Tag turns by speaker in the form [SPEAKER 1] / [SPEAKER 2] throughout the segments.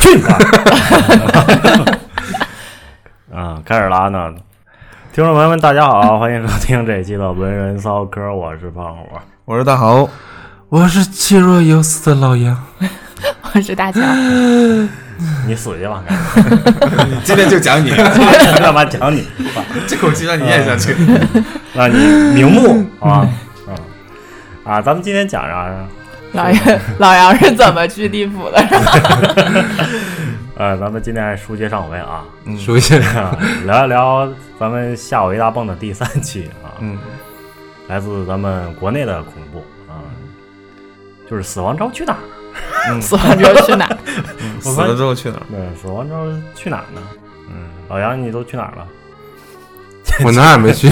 [SPEAKER 1] 去 你妈！啊，开始拉呢。听众朋友们，大家好，啊欢迎收听这一期的《文人骚嗑》，我是胖虎。
[SPEAKER 2] 我是大豪，我是气若游丝的老杨。
[SPEAKER 3] 我是大乔，
[SPEAKER 1] 你死去吧！
[SPEAKER 2] 今天就讲你，
[SPEAKER 1] 干嘛讲你？
[SPEAKER 2] 这口气让你咽下去。
[SPEAKER 1] 让你瞑目啊！嗯啊，咱们今天讲啥呀？
[SPEAKER 3] 老杨老杨是怎么去地府的？
[SPEAKER 1] 呃，咱们今天还书接上回啊，
[SPEAKER 2] 熟悉，
[SPEAKER 1] 啊聊一聊咱们吓我一大蹦的第三期啊，
[SPEAKER 2] 嗯，
[SPEAKER 1] 来自咱们国内的恐怖啊，就是死亡之后去哪儿？
[SPEAKER 3] 死完之后去 哪？
[SPEAKER 2] 死了之后去哪儿？
[SPEAKER 1] 对，死亡之后去哪儿呢？
[SPEAKER 2] 嗯，
[SPEAKER 1] 老杨，你都去哪儿了？
[SPEAKER 4] 我哪儿也没去，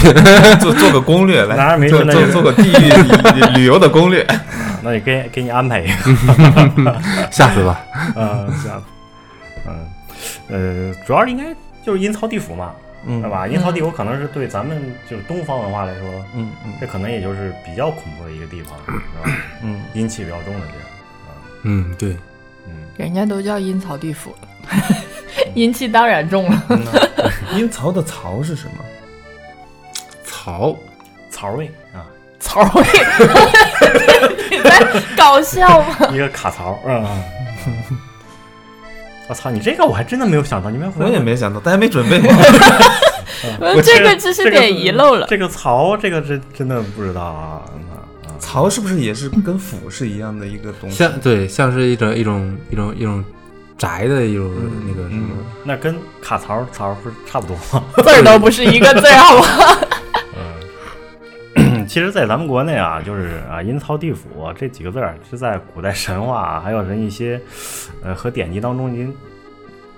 [SPEAKER 2] 做做个攻略
[SPEAKER 1] 哪
[SPEAKER 2] 来，
[SPEAKER 1] 儿没去
[SPEAKER 2] 做
[SPEAKER 1] 那
[SPEAKER 2] 做
[SPEAKER 1] 就
[SPEAKER 2] 做个地域旅旅游的攻 略。
[SPEAKER 1] 那你给给你安 排一个，
[SPEAKER 4] 下次吧。
[SPEAKER 1] 嗯，这样，嗯，呃，主要是应该就是阴曹地府嘛，
[SPEAKER 2] 嗯
[SPEAKER 1] 对吧？阴曹地府可能是对咱们就是东方文化来说，
[SPEAKER 2] 嗯嗯
[SPEAKER 1] 这可能也就是比较恐怖的一个地方，是吧？
[SPEAKER 2] 嗯，
[SPEAKER 1] 阴气比较重的地方，
[SPEAKER 4] 嗯， 对，
[SPEAKER 1] 嗯，
[SPEAKER 3] 人家都叫阴曹地府了，阴气当然重了。
[SPEAKER 2] 阴曹的曹是什么？
[SPEAKER 4] 曹
[SPEAKER 1] 曹位啊，
[SPEAKER 3] 曹儿 你在搞笑吗？
[SPEAKER 1] 一个卡槽，嗯。 我操，你这个我还真的没有想到，你没有？
[SPEAKER 2] 我也没想到，大家没准备。
[SPEAKER 1] 我
[SPEAKER 3] 这个
[SPEAKER 1] 这
[SPEAKER 3] 知识点遗漏了。
[SPEAKER 1] 这个曹，这个真真的不知道啊。嗯啊
[SPEAKER 2] 曹是不是也是跟府是一样的一个东西？
[SPEAKER 4] 像对像是一种一种一种一种宅的一种
[SPEAKER 2] 嗯
[SPEAKER 4] 那个什么，
[SPEAKER 1] 那跟卡槽槽不是差不多吗？
[SPEAKER 3] 字 儿都不是一个字儿，好不好？
[SPEAKER 1] 嗯 其实，在咱们国内啊，就是啊，阴曹地府、这几个字儿是在古代神话、啊、还有人一些呃和典籍当中已经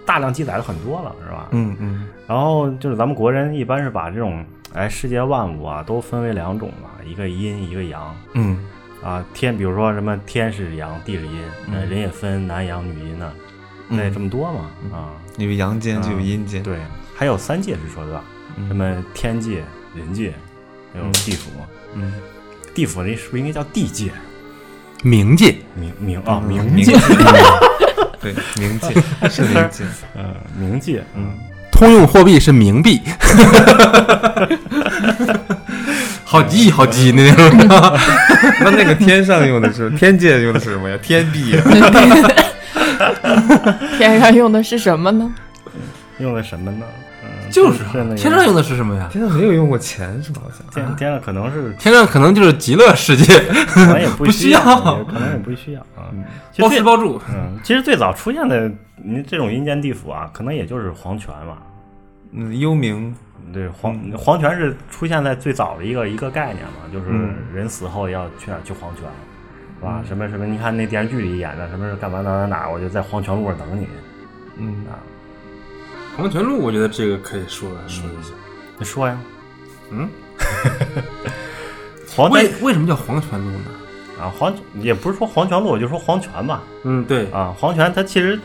[SPEAKER 1] 大量记载了很多了，是吧？
[SPEAKER 2] 嗯嗯
[SPEAKER 1] 然后就是咱们国人一般是把这种哎世界万物啊都分为两种嘛，一个阴一个阳
[SPEAKER 2] 嗯
[SPEAKER 1] 啊。天，比如说什么天是阳，地是阴，呃
[SPEAKER 2] 嗯
[SPEAKER 1] 人也分男阳女阴呢、
[SPEAKER 2] 嗯
[SPEAKER 1] 对，这么多嘛啊。
[SPEAKER 2] 有阳间就有阴间。
[SPEAKER 1] 对，还有三界之说对吧？
[SPEAKER 2] 嗯
[SPEAKER 1] 什么天界、人界，还有地府。
[SPEAKER 2] 嗯，
[SPEAKER 1] 地府那是不是应该叫地界？
[SPEAKER 4] 冥界
[SPEAKER 1] 冥冥啊，
[SPEAKER 2] 嗯
[SPEAKER 1] 冥
[SPEAKER 2] 冥
[SPEAKER 1] 界，
[SPEAKER 2] 对，冥界是冥界。
[SPEAKER 1] 嗯，冥界，嗯，
[SPEAKER 4] 通用货币是冥币， 好记好记那种。
[SPEAKER 2] 那那个天上用的是天界用的是什么呀？天币呀。
[SPEAKER 3] 天上用的是什么呢？
[SPEAKER 1] 用的什么呢？嗯，
[SPEAKER 4] 就是啊
[SPEAKER 1] 真的有
[SPEAKER 4] 天上用的是什么呀？
[SPEAKER 2] 天上没有用过钱是吧？好像。
[SPEAKER 1] 天天上可能是
[SPEAKER 4] 天上可能就是极乐世界，
[SPEAKER 1] 可能也不
[SPEAKER 4] 不
[SPEAKER 1] 需
[SPEAKER 4] 需
[SPEAKER 1] 要，
[SPEAKER 4] 要
[SPEAKER 1] 也可能也不需要啊。
[SPEAKER 2] 嗯
[SPEAKER 1] 其实最
[SPEAKER 2] 哦
[SPEAKER 4] 包吃包住。
[SPEAKER 1] 嗯，其实最早出现的您这种阴间地府啊，可能也就是黄泉嘛。
[SPEAKER 2] 嗯，幽冥。
[SPEAKER 1] 对，黄黄泉是出现在最早的一个一个概念嘛，就是
[SPEAKER 2] 嗯
[SPEAKER 1] 人死后要去哪儿去黄泉，是吧？什么什么？你看那电视剧里演的，什么是干嘛哪哪哪，我就在黄泉路上等你
[SPEAKER 2] 嗯
[SPEAKER 1] 啊。
[SPEAKER 4] 黄泉路，我觉得这个可以说说一下。
[SPEAKER 1] 你说呀，
[SPEAKER 4] 嗯，
[SPEAKER 1] 黄泉
[SPEAKER 4] 为为什么叫黄泉路呢？
[SPEAKER 1] 啊，黄也不是说黄泉路，我就说黄泉吧。
[SPEAKER 4] 嗯，对，
[SPEAKER 1] 啊，黄泉它其实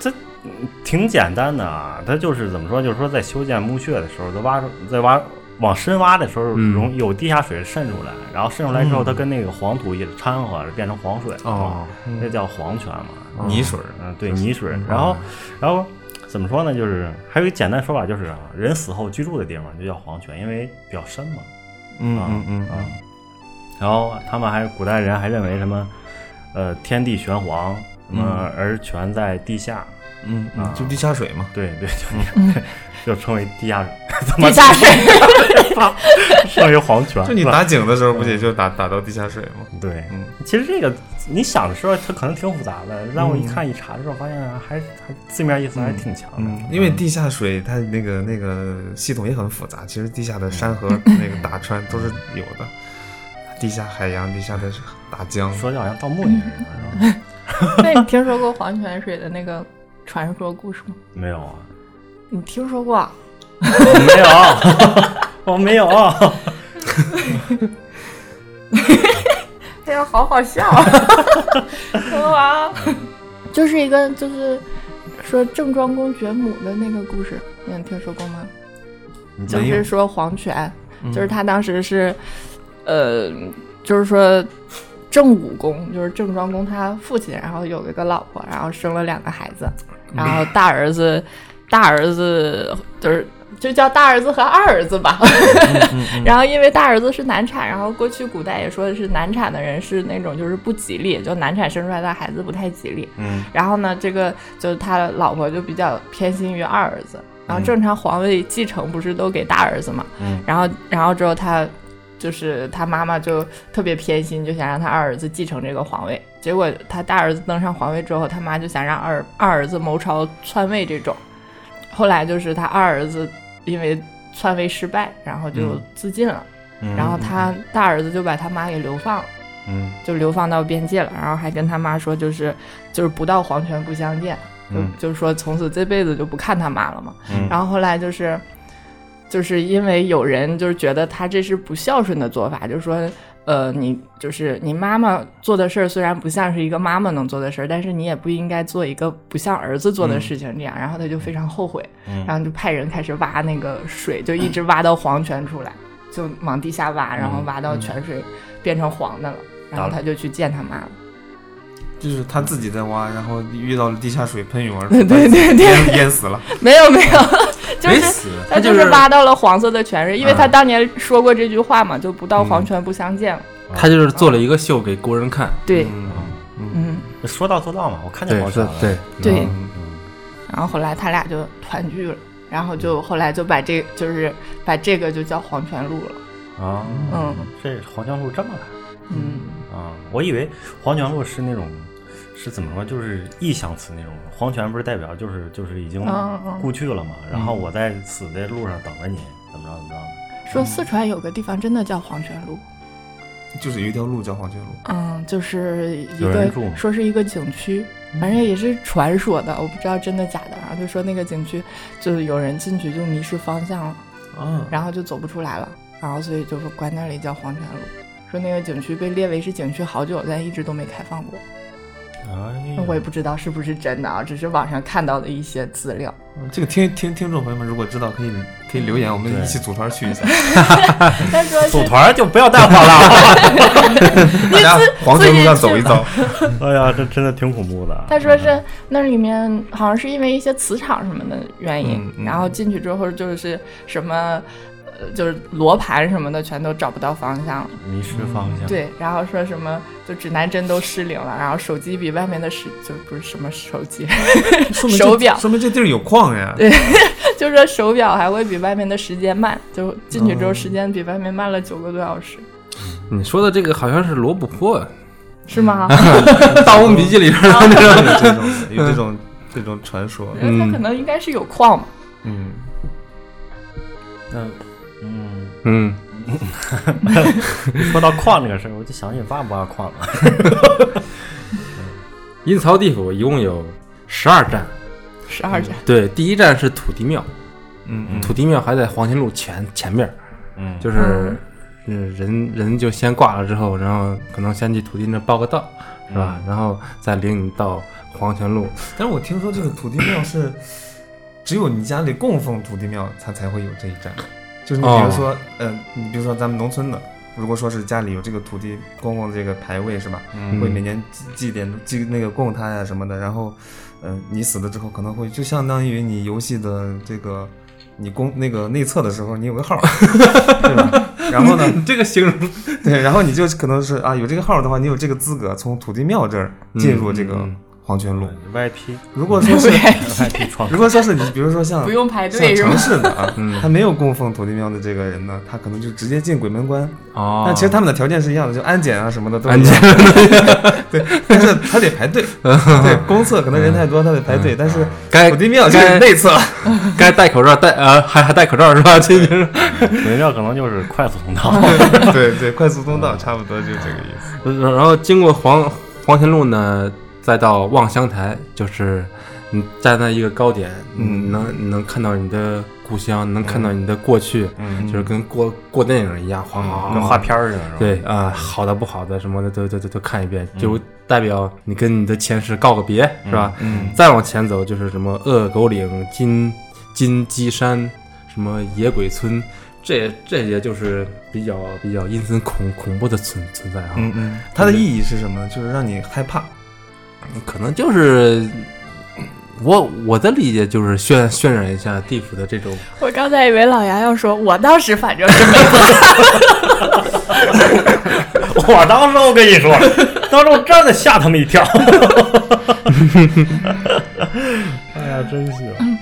[SPEAKER 1] 它嗯挺简单的啊，它就是怎么说，就是说在修建墓穴的时候，在挖在挖往深挖的时候，
[SPEAKER 4] 嗯
[SPEAKER 1] 容有地下水渗出来，然后渗出来之后，
[SPEAKER 2] 嗯
[SPEAKER 1] 它跟那个黄土一掺和，变成黄水，
[SPEAKER 4] 哦，
[SPEAKER 1] 嗯那叫黄泉嘛。
[SPEAKER 2] 泥水儿。
[SPEAKER 1] 嗯，对，泥水。然后，然后怎么说呢？就是还有一简单说法，就是啊，人死后居住的地方就叫黄泉，因为比较深嘛。
[SPEAKER 2] 嗯
[SPEAKER 1] 啊
[SPEAKER 2] 嗯嗯
[SPEAKER 1] 啊。然后他们还古代人还认为什么，呃，天地玄黄，什么而泉在地下，
[SPEAKER 2] 嗯
[SPEAKER 1] 啊
[SPEAKER 2] 嗯，就地下水嘛。
[SPEAKER 1] 对对，就就称为地 下，怎么
[SPEAKER 3] 地下水，
[SPEAKER 1] 称为黄泉？
[SPEAKER 2] 就你
[SPEAKER 1] 是吧
[SPEAKER 2] 打井的时候，不也就打打到地下水吗？
[SPEAKER 1] 对，
[SPEAKER 2] 嗯
[SPEAKER 1] 其实这个你想的时候，它可能挺复杂的，让我一看一查的时候，发现还还字面意思还挺强的。
[SPEAKER 2] 嗯，因为地下水它那个那个系统也很复杂，其实地下的山河、那个大川都是有的，地下海洋、地下的大江。
[SPEAKER 1] 嗯说的好像盗墓也似的，是吧？
[SPEAKER 3] 那你听说过黄泉水的那个传说故事吗？
[SPEAKER 1] 没有啊，
[SPEAKER 3] 你听说过啊？
[SPEAKER 1] 没有，我没有。
[SPEAKER 3] 哎呀，好好 笑，什么玩意儿？就是一个就是说郑庄公掘母的那个故事，你们听说过吗？
[SPEAKER 1] 你
[SPEAKER 3] 就
[SPEAKER 1] 讲
[SPEAKER 3] 是说黄泉，就是他当时是，呃，就是说。郑武公，就是郑庄公他父亲，然后有了个老婆，然后生了两个孩子，然后大儿子，大儿子就是就叫大儿子和二儿子吧。然后因为大儿子是难产，然后过去古代也说是难产的人是那种就是不吉利，就难产生出来的孩子不太吉利。
[SPEAKER 1] 嗯，
[SPEAKER 3] 然后呢，这个就是他老婆就比较偏心于二儿子。然后正常皇位继承不是都给大儿子嘛？
[SPEAKER 1] 嗯
[SPEAKER 3] 然后然后之后他就是他妈妈就特别偏心，就想让他二儿子继承这个皇位。结果他大儿子登上皇位之后，他妈就想让二二儿子谋朝篡位这种。后来就是他二儿子因为篡位失败，然后就
[SPEAKER 1] 嗯
[SPEAKER 3] 自尽了。
[SPEAKER 1] 嗯
[SPEAKER 3] 然后他大儿子就把他妈给流放了。
[SPEAKER 1] 嗯
[SPEAKER 3] 就流放到边界了，然后还跟他妈说，就是就是不到黄泉不相见，就、
[SPEAKER 1] 嗯
[SPEAKER 3] 就是说从此这辈子就不看他妈了嘛。
[SPEAKER 1] 嗯
[SPEAKER 3] 然后后来就是就是因为有人就是觉得他这是不孝顺的做法，就是说。呃，你就是你妈妈做的事儿，虽然不像是一个妈妈能做的事儿，但是你也不应该做一个不像儿子做的事情这样。然后他就非常后悔，
[SPEAKER 1] 嗯
[SPEAKER 3] 然后就派人开始挖那个水，就一直挖到黄泉出来，就往地下挖，然后挖到泉水变成黄嗯的了，然后他就去见他妈了。
[SPEAKER 2] 就是他自己在挖，然后遇到了地下水喷涌而出，
[SPEAKER 3] 对对对对，
[SPEAKER 2] 淹淹死了。
[SPEAKER 3] 没有没有，就
[SPEAKER 4] 没
[SPEAKER 3] 是嗯
[SPEAKER 4] 死，
[SPEAKER 3] 他就
[SPEAKER 4] 就是
[SPEAKER 3] 挖到了黄色的泉水，因为他当年说过这句话嘛，就不到黄泉不相见。
[SPEAKER 4] 他就是做了一个秀给国人看，
[SPEAKER 3] 对，
[SPEAKER 2] 嗯
[SPEAKER 3] 嗯，
[SPEAKER 1] 说到做到嘛，我看见
[SPEAKER 4] 对
[SPEAKER 1] 黄泉
[SPEAKER 4] 是
[SPEAKER 1] 了，
[SPEAKER 4] 对，
[SPEAKER 3] 对
[SPEAKER 2] 嗯
[SPEAKER 3] 然后后来他俩就团聚了，然后就后来就把这就是把这个就叫黄泉路了。
[SPEAKER 1] 啊，
[SPEAKER 3] 嗯
[SPEAKER 1] 这黄泉路这么来
[SPEAKER 3] 嗯，
[SPEAKER 1] 啊？我以为黄泉路是那种是怎么说，就是意象词那种。黄泉不是代表就是就是已经
[SPEAKER 3] 嗯嗯
[SPEAKER 1] 故去了嘛，然后我在死的路上等着你，怎么着怎么着的。
[SPEAKER 3] 说四川有个地方真的叫黄泉路。
[SPEAKER 2] 就是有一条路叫黄泉路，
[SPEAKER 3] 嗯，就是一
[SPEAKER 1] 有
[SPEAKER 3] 个
[SPEAKER 1] 人住吗
[SPEAKER 3] 说是一个景区，反正也是传说的，我不知道真的假的。然后就说那个景区就是有人进去就迷失方向了，
[SPEAKER 2] 啊，
[SPEAKER 3] 然后就走不出来了，然后所以就是管那里叫黄泉路。说那个景区被列为是景区好久，但一直都没开放过。
[SPEAKER 1] 哎
[SPEAKER 3] 那我也
[SPEAKER 1] 呦，
[SPEAKER 3] 不知道是不是真的啊，只是网上看到的一些资料。
[SPEAKER 2] 这个听听听众朋友们如果知道，可以可以留言，我们
[SPEAKER 1] 对
[SPEAKER 2] 一起组团去一下。
[SPEAKER 3] 他说
[SPEAKER 1] 组
[SPEAKER 3] 是
[SPEAKER 1] 团就不要带我 了。
[SPEAKER 2] 大家黄泉路上走一走，
[SPEAKER 1] 哎呀，这真的挺恐怖的。
[SPEAKER 3] 他说是那里面好像是因为一些磁场什么的原因，
[SPEAKER 2] 嗯嗯
[SPEAKER 3] 然后进去之后就是什么，呃，就是罗盘什么的全都找不到方向了。
[SPEAKER 1] 迷失方
[SPEAKER 2] 嗯
[SPEAKER 1] 向，，
[SPEAKER 3] 对，然后说什么就指南针都失灵了，然后手机比外面的手就不是什么手机，
[SPEAKER 2] 说明这
[SPEAKER 3] 手表
[SPEAKER 2] 说明这地儿有矿呀。
[SPEAKER 3] 就说手表还会比外面的时间慢，就进去之后
[SPEAKER 2] 嗯
[SPEAKER 3] 时间比外面慢了九个多小时，
[SPEAKER 4] 你说的这个好像是罗布泊，
[SPEAKER 3] 是
[SPEAKER 2] 嗯
[SPEAKER 3] 吗？
[SPEAKER 4] 《盗墓笔记》里边儿的那种。
[SPEAKER 2] 有这种有这种这种传说，
[SPEAKER 3] 我觉得它可能应该是有矿嘛。
[SPEAKER 2] 嗯，
[SPEAKER 1] 那嗯，
[SPEAKER 4] 嗯，
[SPEAKER 1] 说到矿这个事儿，我就想起挖不挖矿了。
[SPEAKER 4] 阴曹地府一共有十二站，
[SPEAKER 3] 十二站，
[SPEAKER 4] 对，第一站是土地庙，
[SPEAKER 2] 嗯嗯
[SPEAKER 4] 土地庙还在黄泉路前前面儿，
[SPEAKER 1] 嗯，
[SPEAKER 4] 就是
[SPEAKER 3] 嗯
[SPEAKER 4] 嗯人人就先挂了之后，然后可能先去土地那报个到，是吧？然后再领你到黄泉路，
[SPEAKER 2] 但是我听说这个土地庙是只有你家里供奉土地庙，它才会有这一站。就是你比如说，嗯，你比如说咱们农村的，如果说是家里有这个土地公公这个牌位是吧？
[SPEAKER 1] 嗯
[SPEAKER 2] 会每年祭祭奠祭那个供他呀什么的，然后，呃，你死了之后可能会就相当于你游戏的这个你公那个内测的时候你有个 号，对吧？然后呢，
[SPEAKER 4] 这个形容
[SPEAKER 2] 对，然后你就可能是啊有这个号的话，你有这个资格从土地庙这儿进入这个
[SPEAKER 4] 嗯嗯
[SPEAKER 2] 黄泉路。
[SPEAKER 1] VIP
[SPEAKER 2] 如果 说是
[SPEAKER 1] VIP 创
[SPEAKER 2] 如果说是你，比如说像
[SPEAKER 3] 不用 排队
[SPEAKER 2] 像
[SPEAKER 3] 是
[SPEAKER 2] 城？嗯市
[SPEAKER 3] 吗
[SPEAKER 2] 的啊，他没有供奉土地庙的这个人呢，他可能就直接进鬼门关。
[SPEAKER 4] 哦，
[SPEAKER 2] 但其实他们的条件是一样的，就安检啊什么的都一
[SPEAKER 4] 安
[SPEAKER 2] 样
[SPEAKER 4] 检。
[SPEAKER 2] 对，但是他得 排队。对，公厕可能人太多，他得排队。但是
[SPEAKER 4] 该
[SPEAKER 2] 土地庙就是内厕。
[SPEAKER 4] 该戴口罩戴呃还还戴口罩是吧？这就是
[SPEAKER 1] 人家可能就是快速通道。
[SPEAKER 2] 对对，快速通道差不多就这个意思。
[SPEAKER 4] 呃然然后经过黄黄泉路呢，再到望乡台，就是你站在一个高点，
[SPEAKER 2] 嗯
[SPEAKER 4] 你能你能看到你的故乡，能看到你的过去，
[SPEAKER 2] 嗯哦
[SPEAKER 4] 就是跟过过电影一样，哗哗哗
[SPEAKER 1] 跟画片儿似的，是吧？
[SPEAKER 4] 对啊、好的不好的什么的都都都都看一遍，就代表你跟你的前世告个别，是吧？
[SPEAKER 2] 嗯
[SPEAKER 4] 再往前走就是什么恶狗岭、金金鸡山、什么野鬼村，这这也就是比较比较阴森恐恐怖的存存在啊。
[SPEAKER 2] 嗯嗯，它的意义是什么呢？就是让你害怕。
[SPEAKER 4] 可能就是我我的理解就是渲渲染一下地府的这种，
[SPEAKER 3] 我刚才以为老杨要说，我当时反正是没
[SPEAKER 1] 我当时我跟你说，当时我真的吓他们一跳。 哎呀，真是，嗯，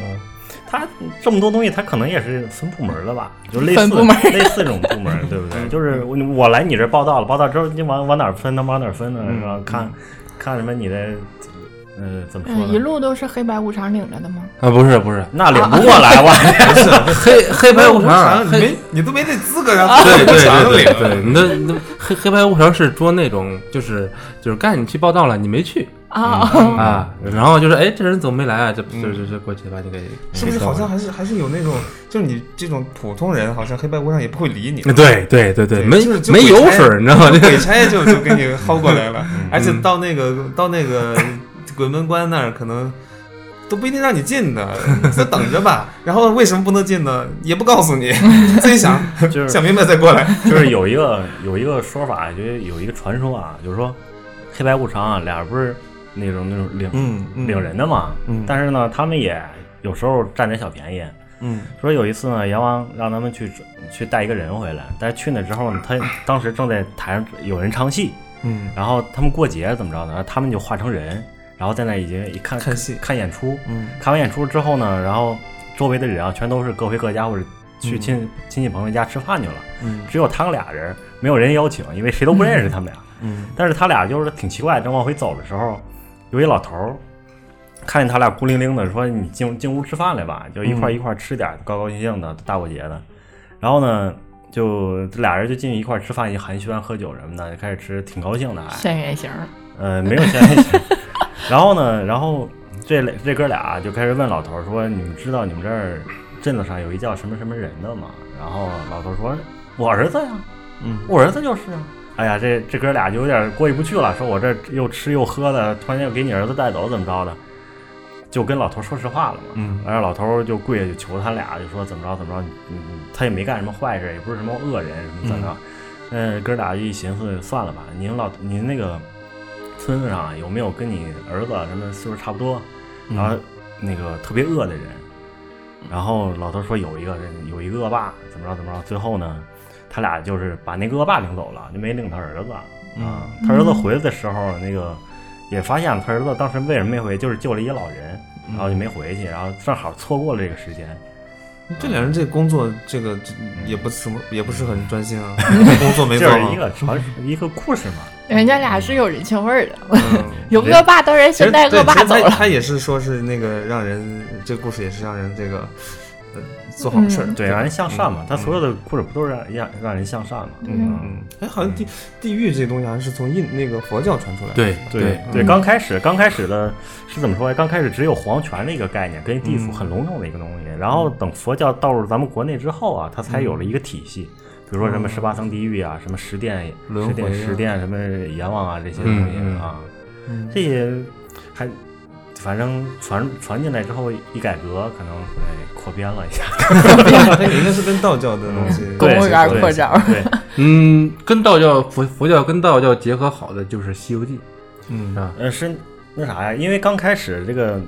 [SPEAKER 1] 他这么多东西，他可能也是分部门的吧，就类似
[SPEAKER 3] 分部门
[SPEAKER 1] 类似这种部门，对不 对？就是我我来你这报道了，报道之后你往往哪儿分呢？往哪儿分呢？
[SPEAKER 2] 嗯
[SPEAKER 1] 是吧？看看什么你的，呃，怎么说
[SPEAKER 3] 嗯，
[SPEAKER 1] 呢？
[SPEAKER 3] 一路都是黑白无常领着的吗？
[SPEAKER 4] 啊，不是不是，
[SPEAKER 1] 那领不过来，
[SPEAKER 3] 啊
[SPEAKER 1] 我
[SPEAKER 2] 不是，
[SPEAKER 4] 黑黑白无常，
[SPEAKER 2] 你
[SPEAKER 4] 黑
[SPEAKER 2] 没你都没那资格让
[SPEAKER 4] 对对
[SPEAKER 2] 强
[SPEAKER 4] 对
[SPEAKER 2] 领
[SPEAKER 4] 对对，你的你的黑黑白无常是捉那种就是就是该你去报道了你没去
[SPEAKER 3] 啊，
[SPEAKER 4] 啊，然后就是哎这人怎么没来啊？这这这这过去把你给
[SPEAKER 2] 是不是
[SPEAKER 4] 给
[SPEAKER 2] 好
[SPEAKER 4] 揍
[SPEAKER 2] 像
[SPEAKER 4] 了
[SPEAKER 2] 还是还是有那种，就是你这种普通人，好像黑白无常也不会理你。
[SPEAKER 4] 嗯对对对对，
[SPEAKER 2] 对
[SPEAKER 4] 没
[SPEAKER 2] 就是就
[SPEAKER 4] 没
[SPEAKER 2] 鬼
[SPEAKER 4] 油
[SPEAKER 2] 差
[SPEAKER 4] 水儿，你知道吗？这
[SPEAKER 2] 鬼差就就给你薅过来了，
[SPEAKER 4] 嗯
[SPEAKER 2] 而且到那个到那个鬼门关那儿，可能都不一定让你进的，就等着吧。然后为什么不能进呢？也不告诉 你，自己想
[SPEAKER 1] 就是
[SPEAKER 2] 想明白再过来。
[SPEAKER 1] 就是有一个有一个说法，就是有一个传说啊，就是说黑白无常啊，俩人不是那种那种领、
[SPEAKER 2] 嗯
[SPEAKER 1] 领人的嘛，
[SPEAKER 2] 嗯
[SPEAKER 1] 但是呢，他们也有时候占点小便宜。
[SPEAKER 2] 嗯
[SPEAKER 1] 说有一次呢，阎王让他们去去带一个人回来，但是去那之后呢， 他当时正在台上有人唱戏，
[SPEAKER 2] 嗯
[SPEAKER 1] 然后他们过节怎么着呢？他们就化成人，然后在那已经一看
[SPEAKER 2] 看戏
[SPEAKER 1] 看演出，
[SPEAKER 2] 嗯
[SPEAKER 1] 看完演出之后呢，然后周围的人啊，全都是各回各家或者去亲、亲戚朋友家吃饭去了。
[SPEAKER 2] 嗯
[SPEAKER 1] 只有他们俩人，没有人邀请，因为谁都不认识他们俩。
[SPEAKER 2] 嗯
[SPEAKER 1] 但是他俩就是挺奇怪，正往回走的时候，有一老头儿看见他俩孤零零的，说：“你进进屋吃饭来吧，就一
[SPEAKER 2] 嗯
[SPEAKER 1] 块儿一块儿吃点儿，高高兴兴的，大过节的。”然后呢，就这俩人就进去一块儿吃饭，一寒暄喝酒什么的，就开始吃，挺高兴的。
[SPEAKER 2] 嗯
[SPEAKER 1] 哎
[SPEAKER 3] 现原形儿，
[SPEAKER 1] 呃，没有钱也行。 然后呢，然后这俩这哥俩就开始问老头儿说：“你们知道你们这儿镇子上有一叫什么什么人的吗？”然后老头儿说：“我儿子呀，
[SPEAKER 2] 嗯
[SPEAKER 1] 我儿子就是啊。”哎呀，这这哥俩就有点过意不去了，说我这又吃又喝的，突然间又给你儿子带走，怎么着的？就跟老头儿说实话了嘛。
[SPEAKER 2] 嗯
[SPEAKER 1] 然后老头儿就跪下去求他俩，就说怎么着怎么着，你你你他也没干什么坏事，也不是什么恶人什么怎么着。嗯，哥俩一寻思，算了吧，您老您那个村子上有没有跟你儿子什么岁数差不多，
[SPEAKER 4] 嗯
[SPEAKER 1] 然
[SPEAKER 2] 啊
[SPEAKER 1] 后那个特别恶的人？然后老头儿说有一个人有一个恶霸，怎么着怎么着，最后呢，他俩就是把那个恶霸领走了，就没领他儿子。啊，他儿子回来的时候，那个也发现了他儿子当时为什么没回，就是救了一个老人。然后就没回去，然后正好错过了这个时间。
[SPEAKER 2] 这两人这工作这个这也不是也不是很专心啊，工作没
[SPEAKER 1] 这
[SPEAKER 2] 做
[SPEAKER 1] 是一
[SPEAKER 2] 吗？
[SPEAKER 1] 个传一个故事嘛，
[SPEAKER 3] 人家俩是有人情味儿的，
[SPEAKER 2] 嗯
[SPEAKER 3] 有恶霸当然
[SPEAKER 2] 其实
[SPEAKER 3] 先带
[SPEAKER 2] 对
[SPEAKER 3] 恶霸
[SPEAKER 2] 其实
[SPEAKER 3] 走
[SPEAKER 2] 他
[SPEAKER 3] 了。
[SPEAKER 2] 他也是说是那个让人，这故事也是让人这个，呃，做好事儿。
[SPEAKER 3] 嗯
[SPEAKER 1] 对，啊让人向善嘛。他所有的故事不都是让让让人向善嘛？
[SPEAKER 3] 嗯
[SPEAKER 2] 嗯，哎，好像地地狱这东西好像是从印那个佛教传出来的。
[SPEAKER 4] 对
[SPEAKER 1] 对嗯对，刚开始刚开始的是怎么说呀？刚开始只有皇权这个概念，跟地府很笼统的一个东西。然后等佛教到入咱们国内之后啊，它才有了一个体系，比如说什么十八层地狱啊，什么十殿、
[SPEAKER 2] 轮
[SPEAKER 1] 嗯十
[SPEAKER 2] 回
[SPEAKER 1] 殿、
[SPEAKER 2] 啊
[SPEAKER 1] 十殿什么阎王啊这些东西
[SPEAKER 4] 嗯嗯
[SPEAKER 1] 啊，
[SPEAKER 2] 嗯，
[SPEAKER 1] 这些还。反正传传进来之后一改革，可能哎扩编了一下，
[SPEAKER 2] 它啊应该是跟道教的东西。
[SPEAKER 3] 公务员扩
[SPEAKER 1] 对
[SPEAKER 3] 招
[SPEAKER 1] 对，
[SPEAKER 4] 嗯，跟道教佛佛教跟道教结合好的就是《西游记》
[SPEAKER 2] 嗯
[SPEAKER 4] 啊，
[SPEAKER 1] 呃，是那啥呀？因为刚开始这个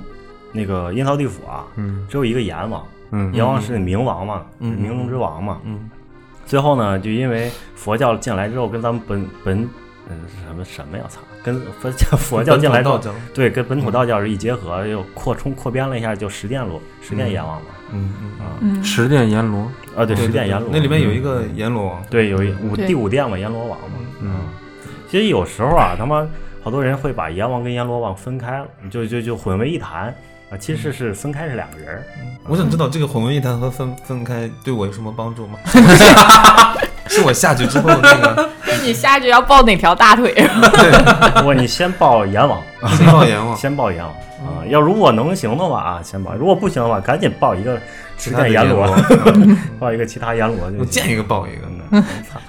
[SPEAKER 1] 那个阴曹地府啊，
[SPEAKER 4] 嗯
[SPEAKER 1] 只有一个阎王，
[SPEAKER 4] 嗯
[SPEAKER 1] 阎王是冥王嘛，
[SPEAKER 2] 嗯
[SPEAKER 1] 冥中之王嘛。
[SPEAKER 2] 嗯
[SPEAKER 1] 最后呢，就因为佛教进来之后，跟咱们本本嗯什么什么呀？操，跟佛教 佛教进来之
[SPEAKER 2] 道
[SPEAKER 1] 后，
[SPEAKER 2] 教。嗯
[SPEAKER 1] 对，跟本土道教是一结合，又扩充扩编了一下，就十殿罗十殿阎王嘛。
[SPEAKER 2] 嗯嗯，
[SPEAKER 1] 啊、
[SPEAKER 3] 嗯，
[SPEAKER 4] 十殿阎罗，
[SPEAKER 1] 啊，对，
[SPEAKER 2] 对
[SPEAKER 1] 十
[SPEAKER 2] 对
[SPEAKER 1] 殿阎罗嗯
[SPEAKER 2] 那里面有一个阎罗王。
[SPEAKER 1] 对有一五
[SPEAKER 3] 对
[SPEAKER 1] 第五殿嘛，阎罗王嘛。
[SPEAKER 4] 嗯，
[SPEAKER 1] 其实有时候啊，他妈好多人会把阎王跟阎罗王分开了，就就就混为一谈啊，其
[SPEAKER 2] 嗯
[SPEAKER 1] 实是分开是两个人儿。
[SPEAKER 2] 我想知道这个混为一谈和分分开对我有什么帮助 吗？ 是我下去之后那个
[SPEAKER 3] 是你下去要抱哪条大腿？
[SPEAKER 1] 我你先报阎王，
[SPEAKER 2] 先报阎王，
[SPEAKER 1] 先报阎王
[SPEAKER 3] 嗯
[SPEAKER 1] 啊！要如果能行的话啊，先报；如果不行的话，赶紧报一个
[SPEAKER 2] 其
[SPEAKER 1] 十
[SPEAKER 2] 他
[SPEAKER 1] 殿
[SPEAKER 2] 的
[SPEAKER 1] 阎
[SPEAKER 2] 罗
[SPEAKER 1] 罗，。 报一个其他阎罗就
[SPEAKER 2] 我
[SPEAKER 1] 行。
[SPEAKER 2] 见一个报一个，
[SPEAKER 1] 嗯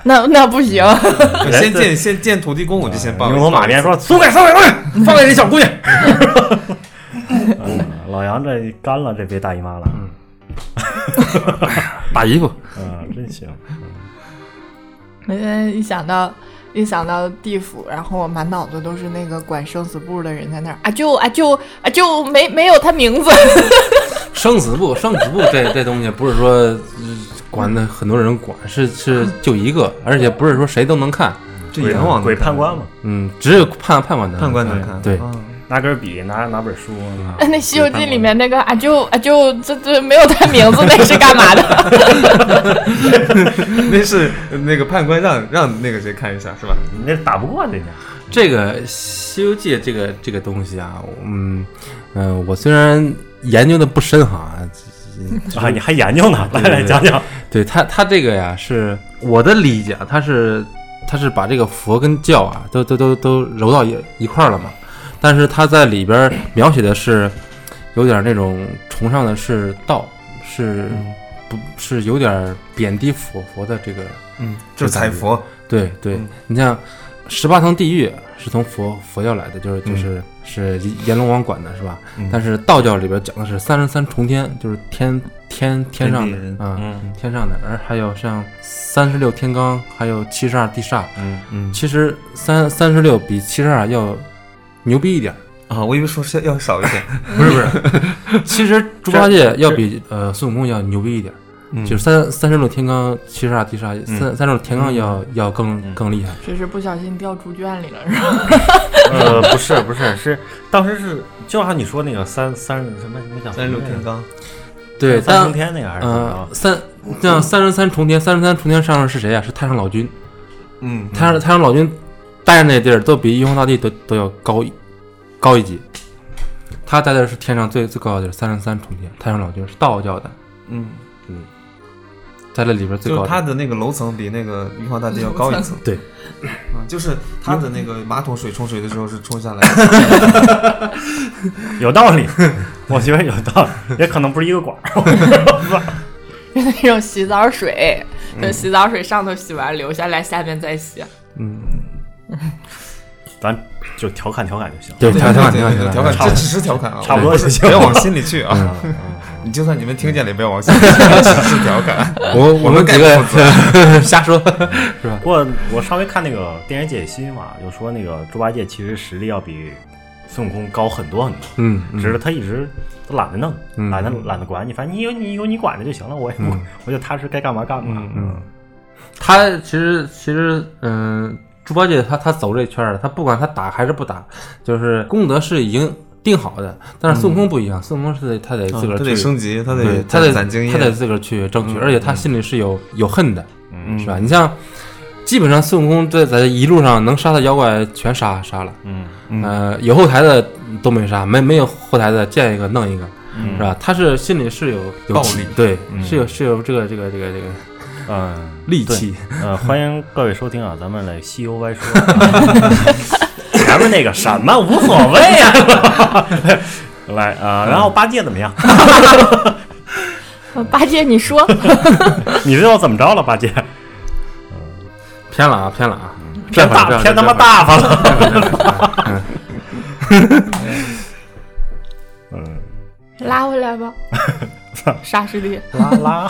[SPEAKER 3] 那那不行，
[SPEAKER 2] 我先见先见土地公，我就先报一个。
[SPEAKER 1] 哎牛头马面说：“松开，松开，松开，放开这小姑娘。”嗯嗯老杨这干了，这别大姨妈了。
[SPEAKER 4] 打衣服，
[SPEAKER 1] 啊，真行，
[SPEAKER 3] 我现在一想到一想到地府，然后我满脑子都是那个管生死簿的人在那儿啊就啊就啊就没没有他名字，
[SPEAKER 4] 生死簿，生死簿这这东西不是说呃管的很多人管，是是就一个，而且不是说谁都能看，
[SPEAKER 2] 这阎王
[SPEAKER 1] 鬼判官嘛，哎
[SPEAKER 4] 嗯，只有判判官能
[SPEAKER 2] 判官能
[SPEAKER 1] 对
[SPEAKER 2] 看，
[SPEAKER 4] 对
[SPEAKER 2] 啊
[SPEAKER 1] 拿根笔，拿拿本书，啊
[SPEAKER 3] 哎那《西游记》里面那个啊就啊就这这没有他名字，那是干嘛 的？
[SPEAKER 2] 那是那个判官让让那个谁看一下是吧？
[SPEAKER 1] 你那打不过人家，
[SPEAKER 4] 这个《西游记》这个这个东西啊，嗯嗯、呃我虽然研究的不深哈，呃
[SPEAKER 1] 啊，你还研究呢？来
[SPEAKER 4] 对
[SPEAKER 1] 来
[SPEAKER 4] 对
[SPEAKER 1] 讲讲，
[SPEAKER 4] 对他他这个呀，是我的理解啊，他是他是把这个佛跟教啊，都都都都揉到一一块儿了嘛。但是他在里边儿描写的是有点儿那种崇尚的是道，是不是有点儿贬低佛佛的这个
[SPEAKER 2] 嗯，就是采佛，
[SPEAKER 4] 对对
[SPEAKER 2] 嗯，
[SPEAKER 4] 你像十八层地狱是从佛佛教来的，就是就是是阎龙王管的是吧？
[SPEAKER 2] 嗯
[SPEAKER 4] 但是道教里边讲的是三十三重天，就是天天天上的
[SPEAKER 2] 天地人
[SPEAKER 4] 啊，
[SPEAKER 1] 嗯
[SPEAKER 4] 天上的，而还有像三十六天罡，还有七十二地煞。
[SPEAKER 1] 嗯，
[SPEAKER 2] 嗯
[SPEAKER 4] 其实三三十六比七十二要牛逼 一点，
[SPEAKER 2] 啊，我以为说是要少一点，
[SPEAKER 4] 不是不是。其实猪八戒要比呃孙悟空要牛逼一点，
[SPEAKER 2] 嗯
[SPEAKER 4] 就是三三十六天罡、七十二地煞，三三十六天罡要要更
[SPEAKER 1] 嗯
[SPEAKER 4] 更厉害。
[SPEAKER 3] 这是不小心掉猪圈里了是吧？
[SPEAKER 1] 呃，不是不是，是当时是就像你说那个三三什么那叫
[SPEAKER 2] 三十六天罡，
[SPEAKER 4] 对，
[SPEAKER 1] 三
[SPEAKER 4] 但
[SPEAKER 1] 重天那个还是怎么
[SPEAKER 4] 呃
[SPEAKER 1] 着？
[SPEAKER 4] 三像三十三重天，三十三重天上面是谁呀、啊是太上老君，
[SPEAKER 2] 嗯，
[SPEAKER 4] 太上太上老君待那地儿都比玉皇大帝都都要高一高一级。他待的是天上最最高的地儿，三十三重天。太上老君是道教的，
[SPEAKER 2] 嗯，
[SPEAKER 4] 在这里边最
[SPEAKER 2] 就
[SPEAKER 4] 高
[SPEAKER 2] 是
[SPEAKER 4] 的。
[SPEAKER 2] 他的那个楼层比那个玉皇大帝要高一层，
[SPEAKER 4] 对
[SPEAKER 2] 啊，就是他的那个马桶水冲水的时候是冲下来的，
[SPEAKER 1] 有道理，我觉得有道理，也可能不是一个管儿。
[SPEAKER 3] 是 那种洗澡水，就洗澡水上头洗完留下来，下面再 洗。
[SPEAKER 4] 嗯，
[SPEAKER 1] 咱就调侃调侃就行。
[SPEAKER 4] 对，
[SPEAKER 2] 对
[SPEAKER 4] 调侃
[SPEAKER 2] 对
[SPEAKER 4] 调
[SPEAKER 2] 对对
[SPEAKER 4] 侃
[SPEAKER 2] 调
[SPEAKER 4] 侃
[SPEAKER 2] 侃，这只是调侃
[SPEAKER 4] 哦
[SPEAKER 2] 啊，
[SPEAKER 1] 差不多
[SPEAKER 2] 我不是
[SPEAKER 1] 就行
[SPEAKER 2] 不要往心里去啊，
[SPEAKER 1] 嗯
[SPEAKER 2] 你就算你们听见了也不要往心里去，只是调侃，
[SPEAKER 4] 我 我们几
[SPEAKER 2] 我们
[SPEAKER 4] 个瞎说，
[SPEAKER 1] 不过我稍微看那个电影解析嘛，就说那个猪八戒其实实力要比孙悟空高很多很多，
[SPEAKER 4] 嗯，嗯
[SPEAKER 1] 只是他一直都懒得弄，
[SPEAKER 4] 嗯
[SPEAKER 1] 懒得懒得管你，反正你有你有你管着就行了，我也我我就踏实该干嘛干嘛。
[SPEAKER 4] 嗯，他其实其实嗯，猪八戒他他走这圈儿了，他不管他打还是不打，就是功德是已经定好的，但是孙悟空不一样，孙悟空是得他得自个儿
[SPEAKER 2] 啊他
[SPEAKER 4] 去，
[SPEAKER 2] 得升级，嗯他
[SPEAKER 4] 对
[SPEAKER 2] 得
[SPEAKER 4] 他得
[SPEAKER 2] 攒经
[SPEAKER 4] 他得
[SPEAKER 2] 验，嗯
[SPEAKER 4] 自个儿去争取，而且他心里是有有恨的，
[SPEAKER 1] 嗯
[SPEAKER 4] 是吧？你像。基本上孙悟空在在一路上能杀的妖怪全杀杀了，
[SPEAKER 1] 嗯
[SPEAKER 4] 呃，有后台的都没杀，没没有后台的见一个弄一个，
[SPEAKER 1] 嗯
[SPEAKER 4] 是吧？他是心里是有有
[SPEAKER 2] 暴
[SPEAKER 4] 气
[SPEAKER 2] 力
[SPEAKER 4] 对，
[SPEAKER 1] 嗯
[SPEAKER 4] 是有是有这个这个这个这个
[SPEAKER 1] 嗯，
[SPEAKER 4] 戾气，
[SPEAKER 1] 呃， 欢迎各位收听啊，咱们来西游歪说。 前面那个什么无所谓呀、 来啊、然后八戒怎么样？
[SPEAKER 3] 八戒，你说
[SPEAKER 1] 你这又怎么着了？八戒
[SPEAKER 4] 偏了啊，偏了啊， 这
[SPEAKER 1] 偏大偏他妈，大发了。嗯，
[SPEAKER 3] 拉回来吧， 沙师弟。
[SPEAKER 1] 拉拉，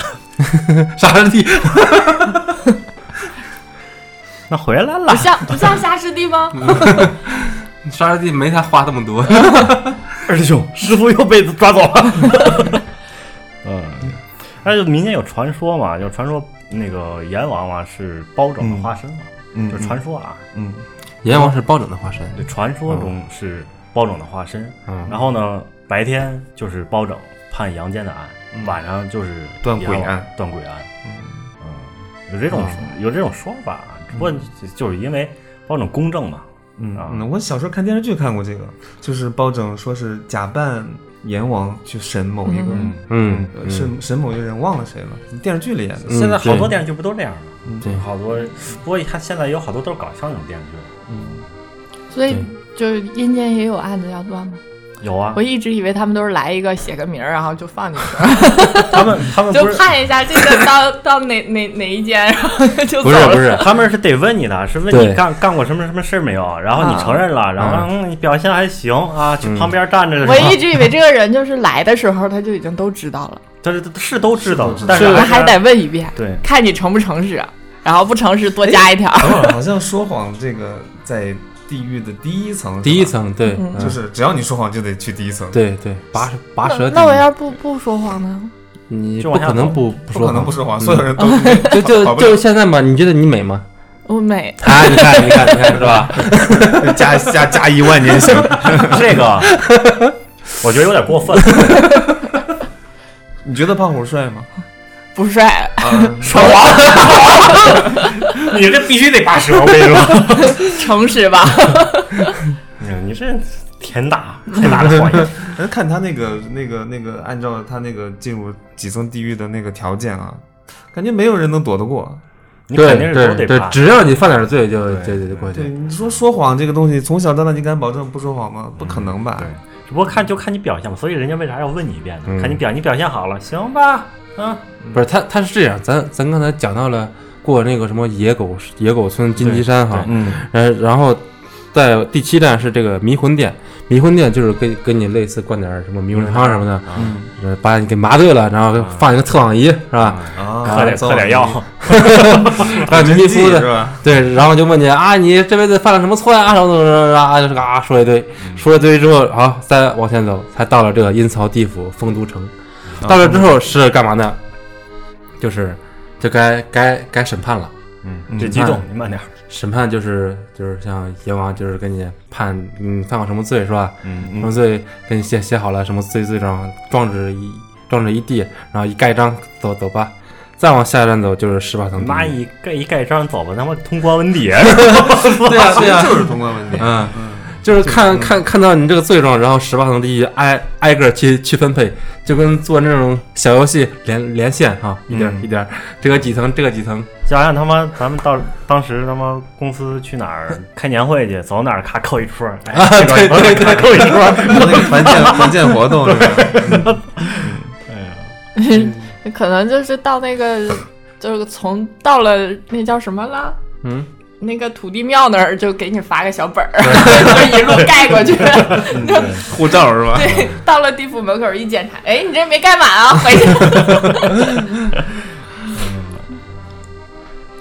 [SPEAKER 4] 沙师弟，
[SPEAKER 1] 那回来了
[SPEAKER 3] 不。像不像沙师弟吗？
[SPEAKER 4] 沙师弟没他话这么多，
[SPEAKER 1] 二师兄，师傅又被抓走了。 嗯，而且民间有传说嘛，有传说那个阎王嘛是包拯的化身嘛，
[SPEAKER 2] 嗯
[SPEAKER 1] 就传说啊，
[SPEAKER 2] 嗯，
[SPEAKER 4] 阎王是包拯的化身，
[SPEAKER 1] 就传说中是包拯的化身。
[SPEAKER 4] 嗯，
[SPEAKER 1] 然后呢，白天就是包拯判杨坚的案，晚上就是
[SPEAKER 2] 断鬼
[SPEAKER 1] 阎王
[SPEAKER 2] 案，
[SPEAKER 1] 断鬼案。嗯，有这种有这种说法啊，只不过就是因为包拯公正嘛。啊
[SPEAKER 2] 嗯，我小时候看电视剧看过这个，就是包拯说是假扮阎王去审某一个，
[SPEAKER 3] 嗯
[SPEAKER 4] 嗯
[SPEAKER 2] 呃
[SPEAKER 4] 嗯
[SPEAKER 2] 审审某一个人忘了谁了，电视剧里演 的，
[SPEAKER 4] 嗯
[SPEAKER 1] 现在好多
[SPEAKER 4] 对
[SPEAKER 1] 电视剧不都这样吗？
[SPEAKER 2] 嗯
[SPEAKER 4] 对
[SPEAKER 1] 好多，不过他现在有好多都是搞笑那种电视剧。
[SPEAKER 2] 嗯，
[SPEAKER 3] 所以就是阴间也有案子要断吗？
[SPEAKER 1] 有啊
[SPEAKER 3] 我，一直以为他们都是来一个写个名儿，然后就放进去，
[SPEAKER 1] 他们他们
[SPEAKER 3] 就
[SPEAKER 1] 不是
[SPEAKER 3] 看一下这个到到哪哪哪一间，然后就走
[SPEAKER 4] 不是
[SPEAKER 3] 了。
[SPEAKER 4] 不是，
[SPEAKER 1] 他们是得问你的，是问
[SPEAKER 4] 对
[SPEAKER 1] 你干干过什么什么事儿没有，然后你
[SPEAKER 3] 啊
[SPEAKER 1] 承认了，然
[SPEAKER 4] 啊
[SPEAKER 1] 后嗯你表现还行啊，去
[SPEAKER 4] 嗯
[SPEAKER 1] 旁边站着的时
[SPEAKER 3] 我
[SPEAKER 1] 候
[SPEAKER 3] 一直以为这个人就是来的时候他就已经都知道了，
[SPEAKER 1] 但是是都知道
[SPEAKER 2] 是都知道，
[SPEAKER 1] 但
[SPEAKER 3] 我
[SPEAKER 1] 是
[SPEAKER 3] 们还得问一遍，
[SPEAKER 1] 对
[SPEAKER 3] 看你诚不诚实，然后不诚实多加一条。
[SPEAKER 2] 等会儿好像说谎这个在地狱的第一层，
[SPEAKER 4] 第一
[SPEAKER 2] 是吧
[SPEAKER 4] 层对，
[SPEAKER 3] 嗯
[SPEAKER 4] 嗯
[SPEAKER 2] 就是只要你说谎就得去第一层，，
[SPEAKER 4] 对对拔拔舌
[SPEAKER 3] 那
[SPEAKER 4] 第
[SPEAKER 3] 那我
[SPEAKER 4] 一
[SPEAKER 3] 要不不说谎呢？
[SPEAKER 4] 你
[SPEAKER 1] 就
[SPEAKER 4] 不
[SPEAKER 1] 往下
[SPEAKER 4] 可能
[SPEAKER 1] 跑
[SPEAKER 4] 不不
[SPEAKER 2] 不可
[SPEAKER 4] 说
[SPEAKER 2] 能
[SPEAKER 4] 谎
[SPEAKER 2] 不，说谎，
[SPEAKER 4] 嗯
[SPEAKER 2] 所有 人都
[SPEAKER 4] 就
[SPEAKER 2] 跑
[SPEAKER 4] 就
[SPEAKER 2] 不了
[SPEAKER 4] 就现在嘛，你觉得你美吗？
[SPEAKER 3] 我美，
[SPEAKER 4] 啊，你看你看你看是吧？
[SPEAKER 2] 加加加一万年刑，
[SPEAKER 1] 这个，我觉得有点过分。
[SPEAKER 2] 你觉得胖虎帅 吗？
[SPEAKER 3] 不帅，
[SPEAKER 2] 啊，
[SPEAKER 1] 说谎， 你这必须得拔舌，我跟你说。
[SPEAKER 3] 诚实吧？
[SPEAKER 1] 你这天大天大的谎 言，
[SPEAKER 2] 那看他那个那个那个，按照他那个进入几层地狱的那个条件啊，感觉没有人能躲得过。
[SPEAKER 1] 你
[SPEAKER 4] 对
[SPEAKER 1] 肯定是都
[SPEAKER 4] 对
[SPEAKER 1] 得
[SPEAKER 4] 对
[SPEAKER 1] 拔，。
[SPEAKER 4] 只要你犯点罪就
[SPEAKER 1] 对
[SPEAKER 4] 就就
[SPEAKER 1] 对
[SPEAKER 4] 就过
[SPEAKER 2] 对，
[SPEAKER 4] 去。
[SPEAKER 2] 你说说谎这个东西，从小到大你敢保证不说谎吗？不可能吧
[SPEAKER 1] 对？，只不过看就看你表现嘛，所以人家为啥要问你一遍呢？
[SPEAKER 4] 嗯
[SPEAKER 1] 看你表你表现好了，行吧？嗯，
[SPEAKER 4] 不是他他是这样，咱咱刚才讲到了过那个什么野狗野狗村金鸡山哈，
[SPEAKER 2] 嗯，
[SPEAKER 4] 呃，然后在第七站是这个迷魂殿，迷魂殿就是跟跟你类似，灌点儿什么迷魂汤什么的，
[SPEAKER 1] 啊
[SPEAKER 2] 嗯
[SPEAKER 4] 呃把你给麻醉了，然后放一个测谎仪是吧？
[SPEAKER 2] 啊，
[SPEAKER 1] 喝点
[SPEAKER 2] 造
[SPEAKER 1] 喝点
[SPEAKER 2] 你
[SPEAKER 1] 药，
[SPEAKER 4] 让你
[SPEAKER 2] 真
[SPEAKER 4] 迷
[SPEAKER 2] 迹
[SPEAKER 4] 糊
[SPEAKER 2] 是
[SPEAKER 4] 的，
[SPEAKER 2] 吧？
[SPEAKER 4] 对，然后就问你啊，你这辈子犯了什么错呀、啊？什么什么什么啊，就是啊，说一堆，说一堆之后，好、再往前走，才到了这个阴曹地府丰都城。
[SPEAKER 2] 啊
[SPEAKER 4] 到了之后是干嘛呢？就是就该该该审判了。
[SPEAKER 1] 这
[SPEAKER 2] 嗯
[SPEAKER 1] 激动，你慢点。
[SPEAKER 4] 审判就是就是像阎王，就是给你判你犯过什么罪是吧？
[SPEAKER 2] 嗯
[SPEAKER 4] 什么罪给你写写好了，什么罪罪状状纸一状纸一地，然后一盖章走走吧。再往下一站走就是十八层地
[SPEAKER 1] 妈
[SPEAKER 4] 狱。
[SPEAKER 1] 一盖一盖章，走吧，他妈通关啊文牒。
[SPEAKER 4] 对呀、对
[SPEAKER 2] 嗯
[SPEAKER 4] 呀、
[SPEAKER 2] 啊 就是通关文牒。
[SPEAKER 4] 嗯，
[SPEAKER 2] 嗯，
[SPEAKER 4] 就是看
[SPEAKER 2] 嗯
[SPEAKER 4] 看看到你这个罪状，然后十八层地狱挨挨个去去分配，就跟做那种小游戏连连线哈、一点儿
[SPEAKER 2] 嗯
[SPEAKER 4] 一点儿，这个几层，这个几层，
[SPEAKER 1] 想想他妈，咱们到当时他妈公司去哪儿开年会去，走哪儿咔扣一戳，哎，这个
[SPEAKER 4] 对对对
[SPEAKER 1] 咔扣一戳，
[SPEAKER 2] 那个团 建团建活动是吧？
[SPEAKER 1] 哎呀，
[SPEAKER 3] 可能就是到那个，就是从到了那叫什么了，
[SPEAKER 4] 嗯，
[SPEAKER 3] 那个土地庙那儿就给你发个小本儿， 就一路盖过去。
[SPEAKER 2] 护照是吧？
[SPEAKER 3] 对，到了地府门口一检查，哎，你这没盖满啊，回去。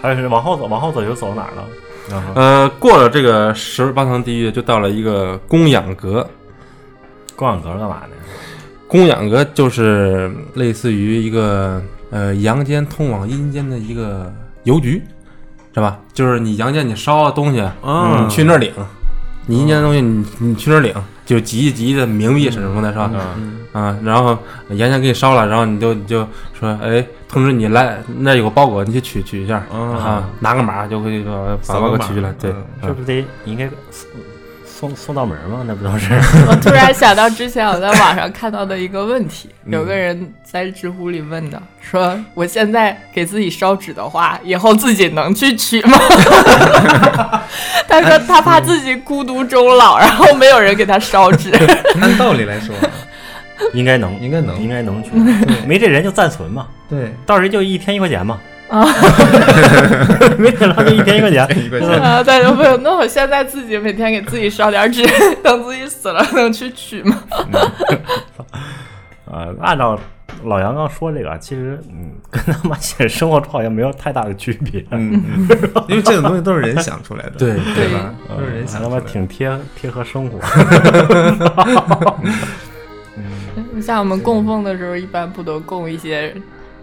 [SPEAKER 1] 还是往后走，往后走就走哪儿了？嗯然 后
[SPEAKER 4] 呃，过了这个十八层地狱，就到了一个供养阁。
[SPEAKER 1] 光养阁干嘛呢？
[SPEAKER 4] 供养阁就是类似于一个呃阳间通往阴间的一个邮局，是吧？就是你阳间你烧了东西，
[SPEAKER 2] 嗯
[SPEAKER 4] 你去那儿领；你阴间的东西你你去那儿领，就几亿几亿的冥币什么的，是吧？
[SPEAKER 1] 嗯
[SPEAKER 4] 啊，然后盐酱给你烧了，然后你就你就说，哎，通知你来，那有个包裹，你去取取一下、啊，拿个码就会呃把
[SPEAKER 2] 嗯扫个
[SPEAKER 4] 包裹
[SPEAKER 2] 码
[SPEAKER 4] 取去了。对，
[SPEAKER 2] 嗯
[SPEAKER 1] 这不得应该送送送到门吗？那不都是？
[SPEAKER 3] 我突然想到之前我在网上看到的一个问题，有
[SPEAKER 4] 嗯
[SPEAKER 3] 个人在知乎里问的，说我现在给自己烧纸的话，以后自己能去取吗？ 他说他怕自己孤独终老，然后没有人给他烧 纸。
[SPEAKER 2] 按道理来说，
[SPEAKER 1] 应该能，
[SPEAKER 2] 应该能
[SPEAKER 1] 应该能去。
[SPEAKER 2] 对
[SPEAKER 1] 没这人就暂存嘛，
[SPEAKER 2] 对，
[SPEAKER 1] 到时就一天一块钱嘛。
[SPEAKER 3] 啊，
[SPEAKER 1] 没想到就一天一块钱。
[SPEAKER 2] 一块钱
[SPEAKER 3] 然后啊他就问，那我现在自己每天给自己烧点纸，等自己死了能去取吗？
[SPEAKER 1] 呃，按照老杨刚说这个，其实嗯，跟他妈现实生活中好像没有太大的区别。
[SPEAKER 2] 嗯，嗯 因为这种东西都是人想出来的，
[SPEAKER 4] 对
[SPEAKER 2] 对吧？都是
[SPEAKER 1] 嗯
[SPEAKER 2] 人
[SPEAKER 1] 还
[SPEAKER 2] 想
[SPEAKER 1] 他
[SPEAKER 2] 出
[SPEAKER 1] 妈
[SPEAKER 2] 来的。
[SPEAKER 1] 挺贴贴合生活。
[SPEAKER 3] 你像我们供奉的时候，一般不都供一些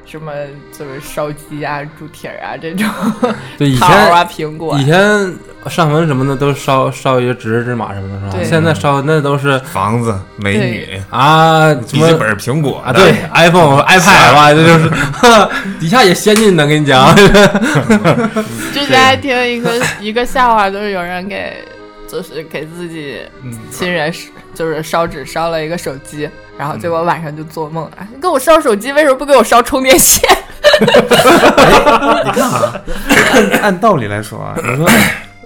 [SPEAKER 3] 什么，就是烧鸡啊、猪蹄儿啊这种，
[SPEAKER 4] 对，以
[SPEAKER 3] 桃儿啊、
[SPEAKER 4] 前
[SPEAKER 3] 苹果啊
[SPEAKER 4] 以前上坟什么的都烧烧一些纸纸马什么的，是吧？
[SPEAKER 3] 对
[SPEAKER 4] 现在烧那都是
[SPEAKER 2] 房子、美女、
[SPEAKER 4] 啊什
[SPEAKER 2] 笔
[SPEAKER 4] 么
[SPEAKER 2] 记本、苹果
[SPEAKER 4] 啊，对，，iPhone、iPad 吧，这就是 呵底下也先进的，跟你讲，
[SPEAKER 2] 嗯
[SPEAKER 3] 之前还听一个 一个笑话，就是有人给就是给自己
[SPEAKER 4] 嗯
[SPEAKER 3] 亲人烧就是烧纸烧了一个手机，然后结
[SPEAKER 4] 嗯
[SPEAKER 3] 果晚上就做梦，哎你给我烧手机，为什么不给我烧充电 线？
[SPEAKER 2] 你看啊， 按按道理来说啊，你说，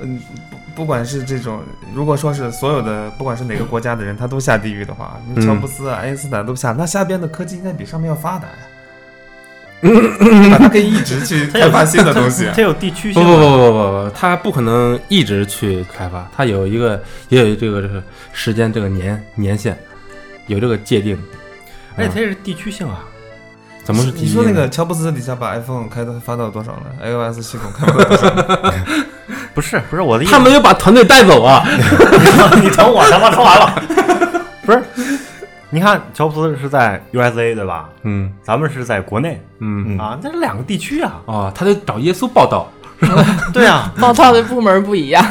[SPEAKER 2] 嗯，不不管是这种，如果说是所有的，不管是哪个国家的人，他都下地狱的话，
[SPEAKER 4] 嗯
[SPEAKER 2] 你乔布斯啊、爱因斯坦都下，那下边的科技应该比上面要发达呀。 嗯，他可以一直去开发新的东 西啊。
[SPEAKER 1] 这有地区
[SPEAKER 4] 不
[SPEAKER 1] 性
[SPEAKER 4] 不不
[SPEAKER 1] 吗。
[SPEAKER 4] 不不不，他不可能一直去开发，他有一个也有这个这个时间这个年年限，有这个界定。
[SPEAKER 1] 哎而且它是地区性啊，
[SPEAKER 4] 怎么是第一
[SPEAKER 2] 你
[SPEAKER 4] 呢？
[SPEAKER 2] 说那个乔布斯底下把 iPhone 开到发到多少呢？iOS 系统开不到多少？
[SPEAKER 1] 不是不是我的意思，
[SPEAKER 4] 他没有把团队带走啊？
[SPEAKER 1] 你等我他妈说完了， 不是？你看乔布斯是在 USA 对吧？
[SPEAKER 4] 嗯
[SPEAKER 1] 咱们是在国内
[SPEAKER 4] 嗯
[SPEAKER 2] 嗯
[SPEAKER 1] 啊，那是两个地区啊。
[SPEAKER 4] 哦，他得找耶稣报道。
[SPEAKER 1] 对啊，
[SPEAKER 3] 报道的部门不一样。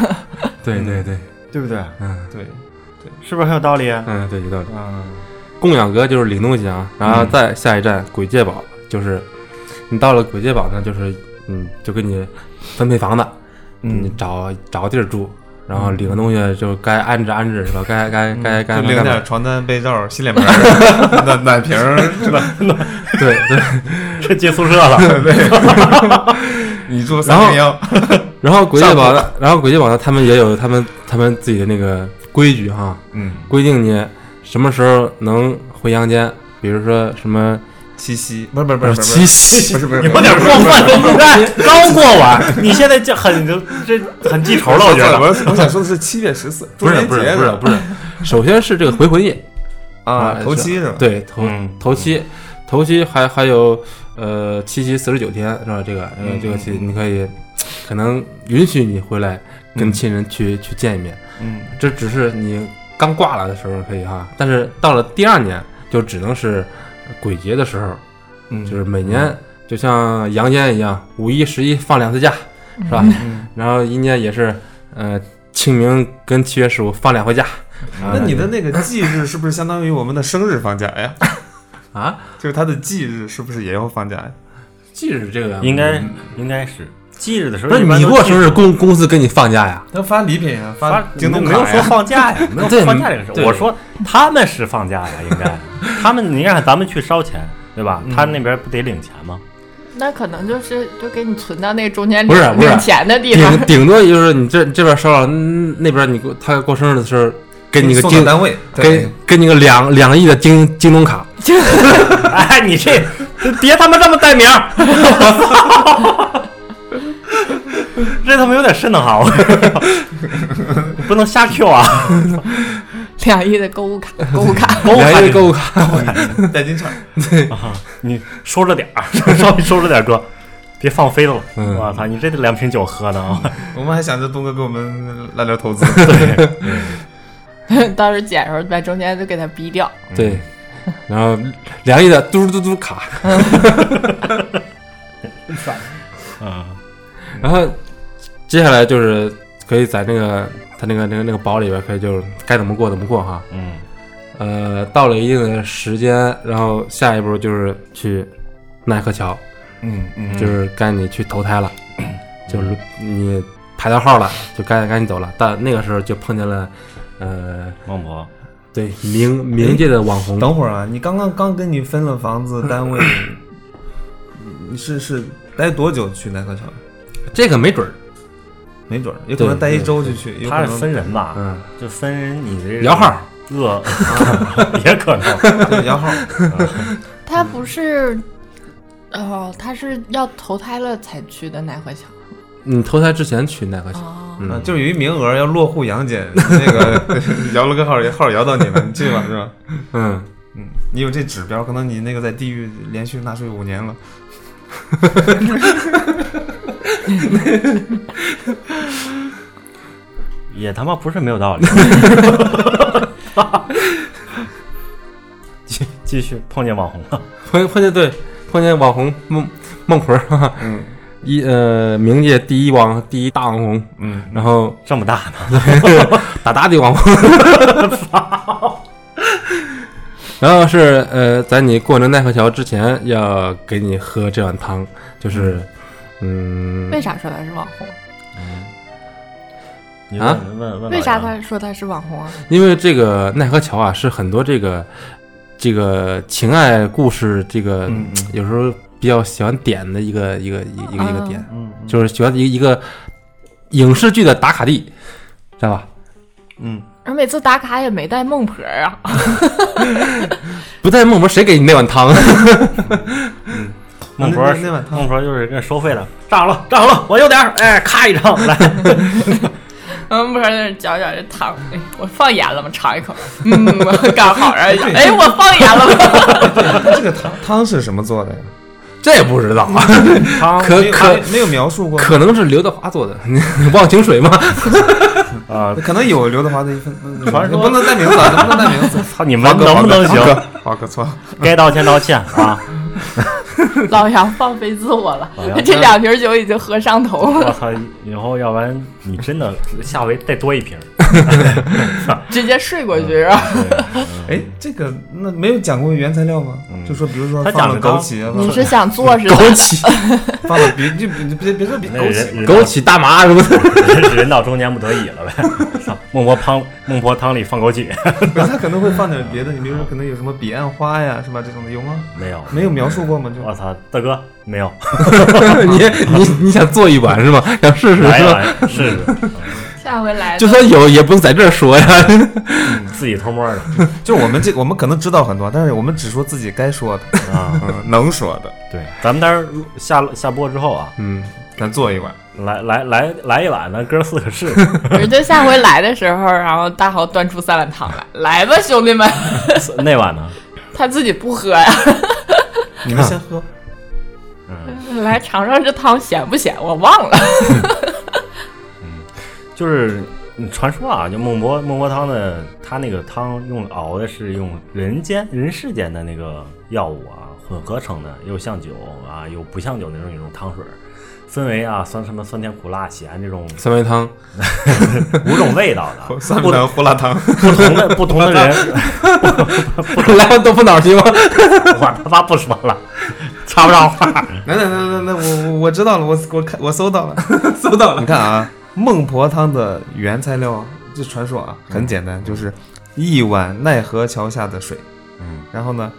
[SPEAKER 4] 对对对，
[SPEAKER 1] 对不对？
[SPEAKER 4] 嗯
[SPEAKER 2] 对，
[SPEAKER 1] 是不是很有道理？啊
[SPEAKER 4] 嗯，对，有道理。
[SPEAKER 1] 嗯，
[SPEAKER 4] 供养阁就是领东西啊，然后
[SPEAKER 1] 嗯
[SPEAKER 4] 再下一站鬼界堡，
[SPEAKER 2] 嗯
[SPEAKER 4] 就是你到了鬼界堡呢，就是嗯，就给你分配房子，你
[SPEAKER 2] 嗯，
[SPEAKER 4] 找找个地儿住，然后领个东西就该安置安置是吧？该该该该
[SPEAKER 2] 嗯就
[SPEAKER 4] 干嘛
[SPEAKER 2] 领
[SPEAKER 4] 干嘛
[SPEAKER 2] 点床单、被罩、洗脸盆、暖暖瓶儿， 是吧？
[SPEAKER 4] 对对。
[SPEAKER 1] 这进宿舍了。
[SPEAKER 2] 你住三零幺，
[SPEAKER 4] 然后鬼界堡呢，然后鬼界堡呢，他们也有他们他们自己的那个规矩哈，
[SPEAKER 2] 嗯，
[SPEAKER 4] 规定你什么时候能回阳间，比如说什么
[SPEAKER 2] 七夕，不是不是不是不是
[SPEAKER 4] 七夕，
[SPEAKER 2] 不是不是，
[SPEAKER 1] 你有点过分， 哎，刚过完，你现在这很这很记仇了，我觉
[SPEAKER 2] 我
[SPEAKER 1] 得。
[SPEAKER 2] 我想说的是七月十四，
[SPEAKER 4] 不是不是不是不是， 首先是这个回魂夜，
[SPEAKER 2] 啊
[SPEAKER 4] 啊，
[SPEAKER 2] 头七是吧？，
[SPEAKER 4] 对头
[SPEAKER 1] 嗯，
[SPEAKER 4] 头七，头七还还有呃七七四十九天是吧？这个呃
[SPEAKER 2] 嗯
[SPEAKER 4] 这个期
[SPEAKER 2] 嗯嗯
[SPEAKER 4] 你可以可能允许你回来跟亲人去去见一面，
[SPEAKER 2] 嗯，
[SPEAKER 4] 这只是你刚挂了的时候可以哈，但是到了第二年就只能是鬼节的时候，
[SPEAKER 2] 嗯
[SPEAKER 4] 就是每年就像阳间一样，五一十一放两次假是吧？
[SPEAKER 2] 嗯
[SPEAKER 4] 然后阴间也是呃清明跟七月十五放两回假。
[SPEAKER 2] 那你的那个忌日是不是相当于我们的生日放假呀？
[SPEAKER 4] 啊？
[SPEAKER 2] 就是他的忌日是不是也要放假呀？
[SPEAKER 4] 忌日这个
[SPEAKER 1] 应该应该嗯是忌日的时候，
[SPEAKER 4] 不是你过生日，公公司给你放假呀？
[SPEAKER 2] 他发礼品啊，
[SPEAKER 1] 发
[SPEAKER 2] 京东
[SPEAKER 1] 没
[SPEAKER 2] 卡
[SPEAKER 1] 有说
[SPEAKER 2] 呀
[SPEAKER 1] 放假呀，没有
[SPEAKER 4] 对
[SPEAKER 1] 放假这个事
[SPEAKER 4] 对
[SPEAKER 1] 儿。我说他们是放假呀，应该他们你看咱们去烧钱对吧？他那边不得领钱吗？
[SPEAKER 3] 那可能就是就给你存到那中间
[SPEAKER 4] 不是
[SPEAKER 3] 领
[SPEAKER 4] 不是
[SPEAKER 3] 领钱 的地方
[SPEAKER 4] 顶，顶多也就是你这这边烧了，嗯那边你过他过生日的时候给你个
[SPEAKER 2] 送
[SPEAKER 4] 京
[SPEAKER 2] 到单位，
[SPEAKER 4] 给给你个两两亿的京京东卡，
[SPEAKER 1] 哎，你这别他妈这么带名儿， 这他妈有点瘆得慌，我不能瞎 Q 啊！
[SPEAKER 3] 两亿的购物 卡，购物卡
[SPEAKER 1] 购物卡
[SPEAKER 4] 两亿
[SPEAKER 1] 里
[SPEAKER 4] 购物卡。
[SPEAKER 2] 对代金券。
[SPEAKER 1] 啊，你收着点儿， 稍微收着点儿，哥，别放飞了。
[SPEAKER 4] 嗯
[SPEAKER 1] 我操，你这两瓶酒喝的啊！
[SPEAKER 2] 我们还想着东哥给我们来点投 资，
[SPEAKER 3] 到时候捡时候把中间就给它逼掉。
[SPEAKER 4] 对，然后两亿的嘟嘟嘟卡，
[SPEAKER 1] 嗯
[SPEAKER 4] 然后接下来就是可以在那个他那个那个那个堡里边可以就是该怎么过怎么过哈。
[SPEAKER 1] 嗯
[SPEAKER 4] 呃，到了一定的时间，然后下一步就是去奈何桥，
[SPEAKER 2] 嗯嗯
[SPEAKER 4] 就是该你去投胎了， 就是你排到号了，就该该你走了。但那个时候就碰见了，呃，
[SPEAKER 1] 孟婆，
[SPEAKER 4] 对冥冥界的网红，
[SPEAKER 2] 等会儿啊，你刚刚刚跟你分了房子单 位，你是是待多久去奈何桥？
[SPEAKER 4] 这个没准儿，
[SPEAKER 2] 没准儿，有可能
[SPEAKER 4] 对
[SPEAKER 2] 待一周就去，有
[SPEAKER 1] 他
[SPEAKER 2] 可
[SPEAKER 1] 是
[SPEAKER 2] 能
[SPEAKER 1] 分人吧？
[SPEAKER 2] 啊
[SPEAKER 4] 嗯，
[SPEAKER 1] 就分你这
[SPEAKER 4] 摇号，
[SPEAKER 1] 饿，也可能。
[SPEAKER 2] 对摇号。
[SPEAKER 3] 他不是，哦，他是要投胎了才去的奈何桥。
[SPEAKER 4] 你投胎之前去奈何桥，
[SPEAKER 3] 哦，
[SPEAKER 2] 啊
[SPEAKER 4] 嗯，，
[SPEAKER 2] 就是有一名额要落户杨 戬，那个摇了个号，号摇到你了，你去吧，是吧？
[SPEAKER 4] 嗯，
[SPEAKER 2] 嗯，你有这指标，可能你那个在地狱连续纳税五年了。
[SPEAKER 1] 也他妈不是没有道 理。继继续碰见网红了，
[SPEAKER 4] 碰碰见对碰见网红孟孟婆，哈哈
[SPEAKER 2] 嗯
[SPEAKER 4] 一呃冥界第一网第一大网红，
[SPEAKER 2] 嗯，
[SPEAKER 4] 然后
[SPEAKER 1] 这么大呢？
[SPEAKER 4] 打打的网红。然后是呃，在你过那奈何桥之前，要给你喝这碗汤，就是嗯，
[SPEAKER 3] 为啥说他是网红？
[SPEAKER 1] 你
[SPEAKER 4] 啊
[SPEAKER 1] 问问问
[SPEAKER 3] 为啥
[SPEAKER 1] 老杨
[SPEAKER 3] 他说他是网红啊？
[SPEAKER 4] 因为这个奈何桥啊，是很多这个这个情爱故事，这个、
[SPEAKER 2] 嗯嗯
[SPEAKER 4] 有时候比较喜欢点的一个一个一个一个一个点，
[SPEAKER 2] 嗯
[SPEAKER 4] 就是喜欢一个一个影视剧的打卡地，知道吧？
[SPEAKER 2] 嗯，
[SPEAKER 3] 而每次打卡也没带孟婆啊，
[SPEAKER 4] 不在孟婆谁给你那碗汤？
[SPEAKER 1] 孟婆
[SPEAKER 2] 那那那碗汤
[SPEAKER 1] 孟婆就是跟收费的，站好了，站好了，我有点儿，哎，咔一张来，
[SPEAKER 3] 嗯，不是，就是嚼嚼这汤，哎，我放盐了吗？尝一口，嗯， 我刚好，然后哎，我放盐了吗？
[SPEAKER 2] 它这个汤 汤是什么做的呀？
[SPEAKER 4] 这也不知道，啊
[SPEAKER 2] 汤
[SPEAKER 4] 可
[SPEAKER 2] 没有
[SPEAKER 4] 可
[SPEAKER 2] 没有描述过吗，
[SPEAKER 4] 可能是刘德华做的， 忘情水吗？
[SPEAKER 1] 啊！
[SPEAKER 2] 可能有刘德华的一份，嗯
[SPEAKER 1] 传说
[SPEAKER 2] 不能带名 字啊，能不能带名啊字？
[SPEAKER 1] 操你们能不能行？
[SPEAKER 2] 华哥？华哥错，
[SPEAKER 1] 该道歉道歉 啊！
[SPEAKER 3] 老杨放飞自我了
[SPEAKER 1] 老杨，
[SPEAKER 3] 这两瓶酒已经喝上头了，
[SPEAKER 1] 我操！以后要不然你真的下回再多一瓶。
[SPEAKER 3] 直接睡过去是吧？
[SPEAKER 1] 对
[SPEAKER 2] 哎，这个那没有讲过原材料吗？
[SPEAKER 1] 嗯
[SPEAKER 2] 就说比如说
[SPEAKER 1] 他
[SPEAKER 2] 放
[SPEAKER 1] 讲
[SPEAKER 2] 了
[SPEAKER 1] 的嗯
[SPEAKER 2] 枸
[SPEAKER 1] 刚
[SPEAKER 2] 杞啊，
[SPEAKER 3] 你
[SPEAKER 2] 放
[SPEAKER 3] 是
[SPEAKER 2] 了
[SPEAKER 3] 想做是吧？
[SPEAKER 4] 枸杞、
[SPEAKER 2] 放了别就别别别说别
[SPEAKER 1] 那
[SPEAKER 2] 枸杞，
[SPEAKER 1] 人
[SPEAKER 4] 枸杞、大麻什么的，
[SPEAKER 1] 杞， 人到中年不得已了呗。操孟婆汤，孟婆汤里放枸杞，
[SPEAKER 2] 不 是他可能会放点别的，你比如说可能有什么彼岸花呀，是吧？这种的有吗？
[SPEAKER 1] 没有，
[SPEAKER 2] 没有描述过吗？就
[SPEAKER 1] 我操，大哥没 有，
[SPEAKER 4] 你 你你想做一碗是吗？想试试
[SPEAKER 1] 来
[SPEAKER 4] 是吧？
[SPEAKER 1] 来试试，
[SPEAKER 3] 下回来的
[SPEAKER 4] 就算有也不用在这儿说呀。
[SPEAKER 1] 自己偷摸的
[SPEAKER 2] 就是我们这我们可能知道很多，但是我们只说自己该 说的，
[SPEAKER 1] 啊。
[SPEAKER 2] 嗯，能说的，
[SPEAKER 1] 对，咱们待会儿下下播之后啊，
[SPEAKER 4] 嗯，
[SPEAKER 2] 咱做一碗。
[SPEAKER 1] 来来来来一碗，咱哥四个试试。
[SPEAKER 3] 我就下回来的时候，然后大豪端出三碗汤来，来吧，兄弟们，
[SPEAKER 1] 那碗呢？
[SPEAKER 3] 他自己不喝呀，
[SPEAKER 2] 你们先喝，
[SPEAKER 1] 嗯，
[SPEAKER 3] 来尝尝这汤咸不咸，我忘了。
[SPEAKER 1] 就是嗯传说啊，就孟婆孟婆汤的，它那个汤用熬的是用人间人世间的那个药物啊混合成的，又像酒啊，又不像酒那种一种汤水儿，分为啊酸什么酸甜苦辣咸这种
[SPEAKER 4] 酸梅汤，
[SPEAKER 1] 五种味道啊 的，
[SPEAKER 2] 三碗胡辣汤，
[SPEAKER 1] 不同的不同的人，
[SPEAKER 4] 来碗豆腐脑行吗？
[SPEAKER 1] 哇，他妈不说了，插不上话。
[SPEAKER 2] 来来来来来，我我我知道了，我我看我搜到了， 搜到了。你看啊，孟婆汤的原材料就传说啊，很简单，就是一碗奈何桥下的水，
[SPEAKER 1] 嗯，
[SPEAKER 2] 然后呢，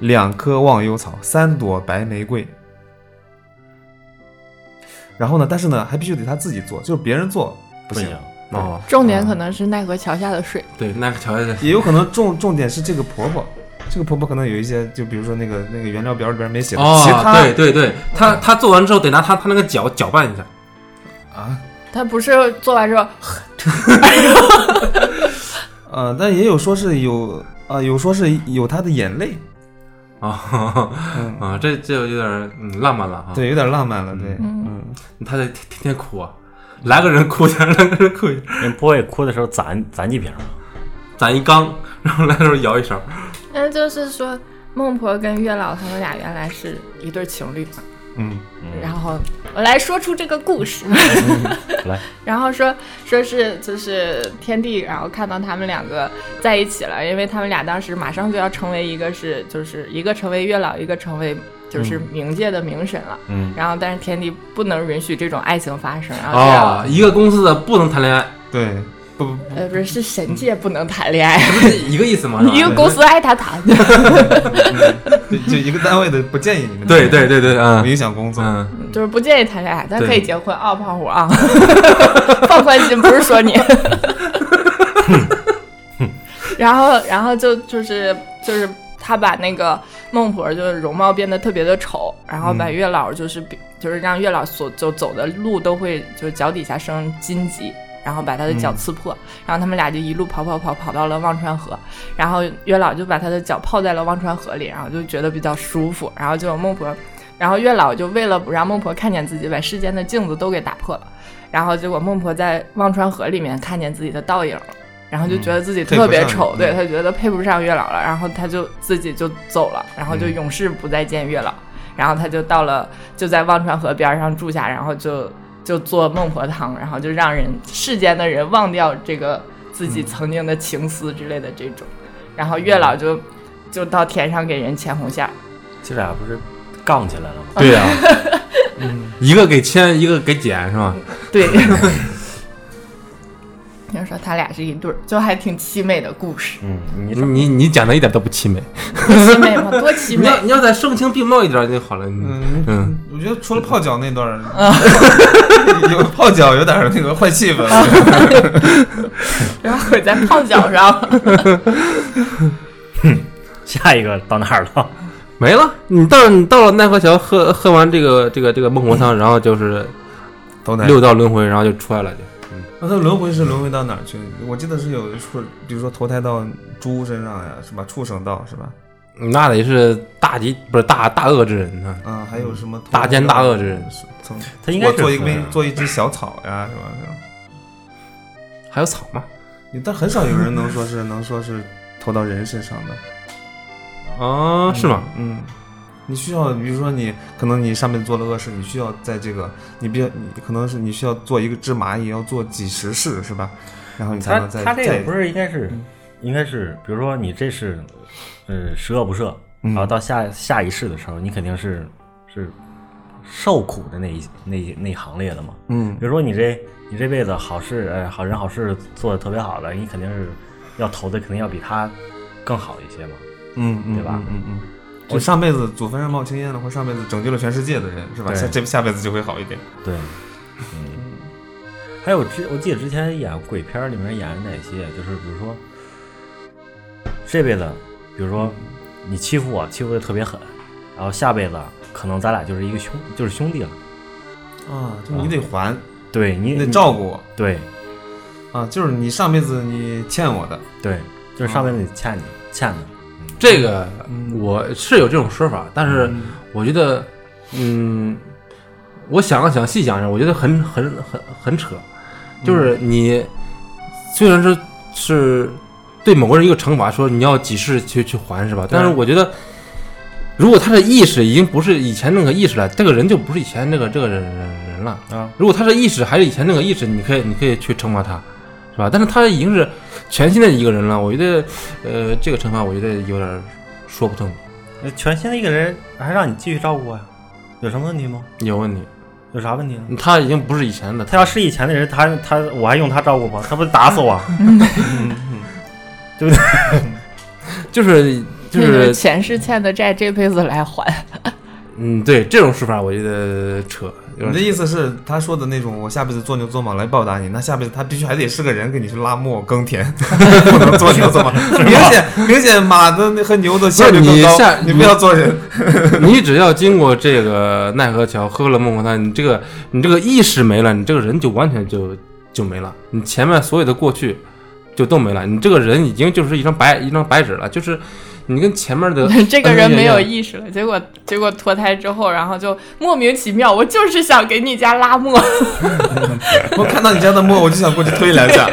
[SPEAKER 2] 两颗忘忧草，三朵白玫瑰。然后呢，但是呢，还必须得他自己做，就是别人做不
[SPEAKER 1] 不
[SPEAKER 2] 行。
[SPEAKER 1] 行，
[SPEAKER 4] 哦，
[SPEAKER 3] 重点可能是奈何桥下的水，
[SPEAKER 4] 对，那个瞧瞧，
[SPEAKER 2] 也有可能重重点是这个婆婆，这个婆婆可能有一些，就比如说那个那个原料表里边没写的，其
[SPEAKER 4] 哦，
[SPEAKER 2] 他
[SPEAKER 4] 对对对，他他做完之后得拿他他那个搅搅拌一下，
[SPEAKER 2] 啊，
[SPEAKER 3] 他不是做完之后，
[SPEAKER 2] 呃，但也有说是有啊、有说是有她的眼泪，
[SPEAKER 4] 啊
[SPEAKER 2] 嗯，
[SPEAKER 4] 啊，这这有点儿嗯浪漫了啊。
[SPEAKER 2] 对，有点浪漫了，对，
[SPEAKER 3] 嗯，
[SPEAKER 2] 嗯，
[SPEAKER 4] 他得天天哭啊，来个人哭一 下，来个人哭一下，
[SPEAKER 1] 人不会哭的时候攒攒几瓶啊。
[SPEAKER 4] 攒一缸，然后来的时候摇一勺。
[SPEAKER 3] 那就是说孟婆跟月老他们俩原来是一对情侣嘛，
[SPEAKER 2] 嗯，
[SPEAKER 3] 然后我来说出这个故事，
[SPEAKER 1] 嗯来，
[SPEAKER 3] 然后说说是就是天帝，然后看到他们两个在一起了，因为他们俩当时马上就要成为一个是就是一个成为月老，一个成为就是冥界的冥神了。
[SPEAKER 1] 嗯，
[SPEAKER 3] 然后但是天帝不能允许这种爱情发生，然后月老
[SPEAKER 4] 啊，一个公司的不能谈恋爱，
[SPEAKER 2] 对，不不
[SPEAKER 3] 呃不是是神界不能谈恋爱，
[SPEAKER 4] 不是一个意思吗？是吧
[SPEAKER 3] 一个公司爱他谈。
[SPEAKER 2] 不，就一个单位的不建议你们，
[SPEAKER 4] 对，对对对，嗯
[SPEAKER 2] 影响工作，
[SPEAKER 4] 嗯，
[SPEAKER 3] 就是不建议谈恋爱，但
[SPEAKER 4] 对
[SPEAKER 3] 可以结婚啊，胖虎啊， 放宽心，不是说你。 然后，然后就就是就是他把那个孟婆就是容貌变得特别的丑，然后
[SPEAKER 4] 嗯
[SPEAKER 3] 把月老就是、就是让月老所就走的路都会就是脚底下生荆棘。然后把他的
[SPEAKER 4] 嗯
[SPEAKER 3] 脚刺破，然后他们俩就一路跑跑跑跑到了忘川河，然后月老就把他的脚泡在了忘川河里，然后就觉得比较舒服，然后就有孟婆然后月老就为了不让孟婆看见自己，把世间的镜子都给打破了。然后结果孟婆在忘川河里面看见自己的倒影了，然后就觉得自己特别丑，
[SPEAKER 2] 嗯配
[SPEAKER 3] 对
[SPEAKER 2] 不上
[SPEAKER 3] 她觉得配不上月老了，然后她就自己就走了，然后就永世不再见月老。然后她就到了就在忘川河边上住下，然后就就做孟婆汤，然后就让人世间的人忘掉这个自
[SPEAKER 2] 嗯
[SPEAKER 3] 己曾经的情丝之类的这种。然后月老就就到天上给人牵红线儿，
[SPEAKER 1] 这俩不是杠起来了吗？，
[SPEAKER 4] 对 呀，一个给牵，一个给捡，是吧？
[SPEAKER 3] 对，要说他俩是一对儿，就还挺凄美的故事
[SPEAKER 1] 嗯，你
[SPEAKER 4] 你你你讲的一点都不凄美，
[SPEAKER 3] 凄美吗？多凄
[SPEAKER 4] 你
[SPEAKER 3] 美
[SPEAKER 4] 要！你要再声情并茂一点就好了。嗯
[SPEAKER 2] 嗯
[SPEAKER 4] 嗯，
[SPEAKER 2] 我觉得除了泡脚那段儿， 有泡脚有点儿那个坏气氛，
[SPEAKER 3] 然后毁在泡脚上，
[SPEAKER 1] 下一个到哪儿了？
[SPEAKER 4] 没了。你到你到了奈何桥喝喝完这个这个这个孟婆汤，然后就是
[SPEAKER 2] 都难
[SPEAKER 4] 六道轮回，然后就出来了就。
[SPEAKER 2] 那他轮回是轮回到哪儿去？我记得是有说，比如说投胎到猪身上呀，是吧？畜生道是吧？
[SPEAKER 4] 那得是大吉不是大大恶之人呢？
[SPEAKER 2] 啊，还有什么
[SPEAKER 4] 大奸大恶之人
[SPEAKER 2] 是？从
[SPEAKER 1] 他应该
[SPEAKER 2] 我
[SPEAKER 1] 是
[SPEAKER 2] 做
[SPEAKER 4] 嗯
[SPEAKER 2] 一个
[SPEAKER 1] 分
[SPEAKER 2] 做一只小草呀，是吧？这种
[SPEAKER 4] 还有草吗？
[SPEAKER 2] 你但很少有人能说是能说是投到人身上的，
[SPEAKER 4] 啊，是吗？
[SPEAKER 2] 嗯，你需要，比如说你可能你上面做了恶事，你需要在这个，你比较，你可能是你需要做一个只蚂蚁，要做几十世，是吧？然后你才
[SPEAKER 1] 他
[SPEAKER 2] 能再
[SPEAKER 1] 他这
[SPEAKER 2] 再
[SPEAKER 1] 个不是应该是，应该是，比如说你这是，呃，十恶不赦，
[SPEAKER 2] 嗯
[SPEAKER 1] 然后到下下一世的时候，你肯定是是受苦的那一那一那一行列的嘛。
[SPEAKER 2] 嗯
[SPEAKER 1] 比如说你这你这辈子好事，呃，好人好事做的特别好的，你肯定是要投的，肯定要比他更好一些嘛。
[SPEAKER 2] 嗯嗯，
[SPEAKER 1] 对吧
[SPEAKER 2] 嗯嗯。嗯就上辈子祖坟上冒青烟了，或上辈子拯救了全世界的人，是吧？
[SPEAKER 1] 对
[SPEAKER 2] 下这下辈子就会好一点。
[SPEAKER 1] 对，嗯，还有之我记得之前演鬼片儿里面演的哪些，就是比如说这辈子，比如说你欺负我，欺负的特别狠，然后下辈子可能咱俩就是一个兄，就是兄弟了。
[SPEAKER 2] 啊，就你得还，
[SPEAKER 1] 对哦你
[SPEAKER 2] 你得照，顾我
[SPEAKER 1] 对
[SPEAKER 2] 啊！就是你上辈子你欠我的，
[SPEAKER 1] 对，就是上辈子
[SPEAKER 2] 啊
[SPEAKER 1] 你欠你欠的，
[SPEAKER 4] 这个
[SPEAKER 2] 嗯
[SPEAKER 4] 我是有这种说法，但是我觉得，嗯，我想了想，细想一下，我觉得很很很很扯，就是你虽然是是对某个人一个惩罚，说你要几世去去还是吧？但是我觉得，如果他的意识已经不是以前那个意识了，这个人就不是以前那个这个人人人了
[SPEAKER 1] 啊。
[SPEAKER 4] 如果他的意识还是以前那个意识，你可以你可以去惩罚他，是吧？但是他已经是全新的一个人了，我觉得，呃，这个惩罚我觉得有点儿说不通，
[SPEAKER 1] 那全新的一个人还让你继续照顾我呀，有什么问题吗？
[SPEAKER 4] 有问题。
[SPEAKER 1] 有啥问题呢？
[SPEAKER 4] 他已经不是以前的
[SPEAKER 1] 他要是以前的人，他他我还用他照顾吗？他不打死我？
[SPEAKER 4] 就是
[SPEAKER 3] 那 就
[SPEAKER 4] 就
[SPEAKER 3] 是
[SPEAKER 4] 是，
[SPEAKER 3] 前世欠的债，这辈子来还。
[SPEAKER 4] 嗯，对这种说法，我觉得扯。有
[SPEAKER 2] 你的
[SPEAKER 4] 点
[SPEAKER 2] 意思是，他说的那种，我下辈子做牛做马来报答你，那下辈子他必须还得是个人给你去拉磨耕 田，不能做牛做马。明显明显，马的那和牛的效率更
[SPEAKER 4] 不是你下
[SPEAKER 2] 高，你不要做人。
[SPEAKER 4] 你只要经过这个奈何桥，喝了孟婆汤，你这个你这个意识没了，你这个人就完全就就没了，你前面所有的过去就都没了，你这个人已经就是一张白一张白纸了，就是你跟前面的
[SPEAKER 3] 这个人没有
[SPEAKER 4] 意。
[SPEAKER 3] 意识了，结果结果脱胎之后，然后就莫名其妙，我就是想给你家拉磨，
[SPEAKER 2] 我看到你家的磨，我就想过去推两 下。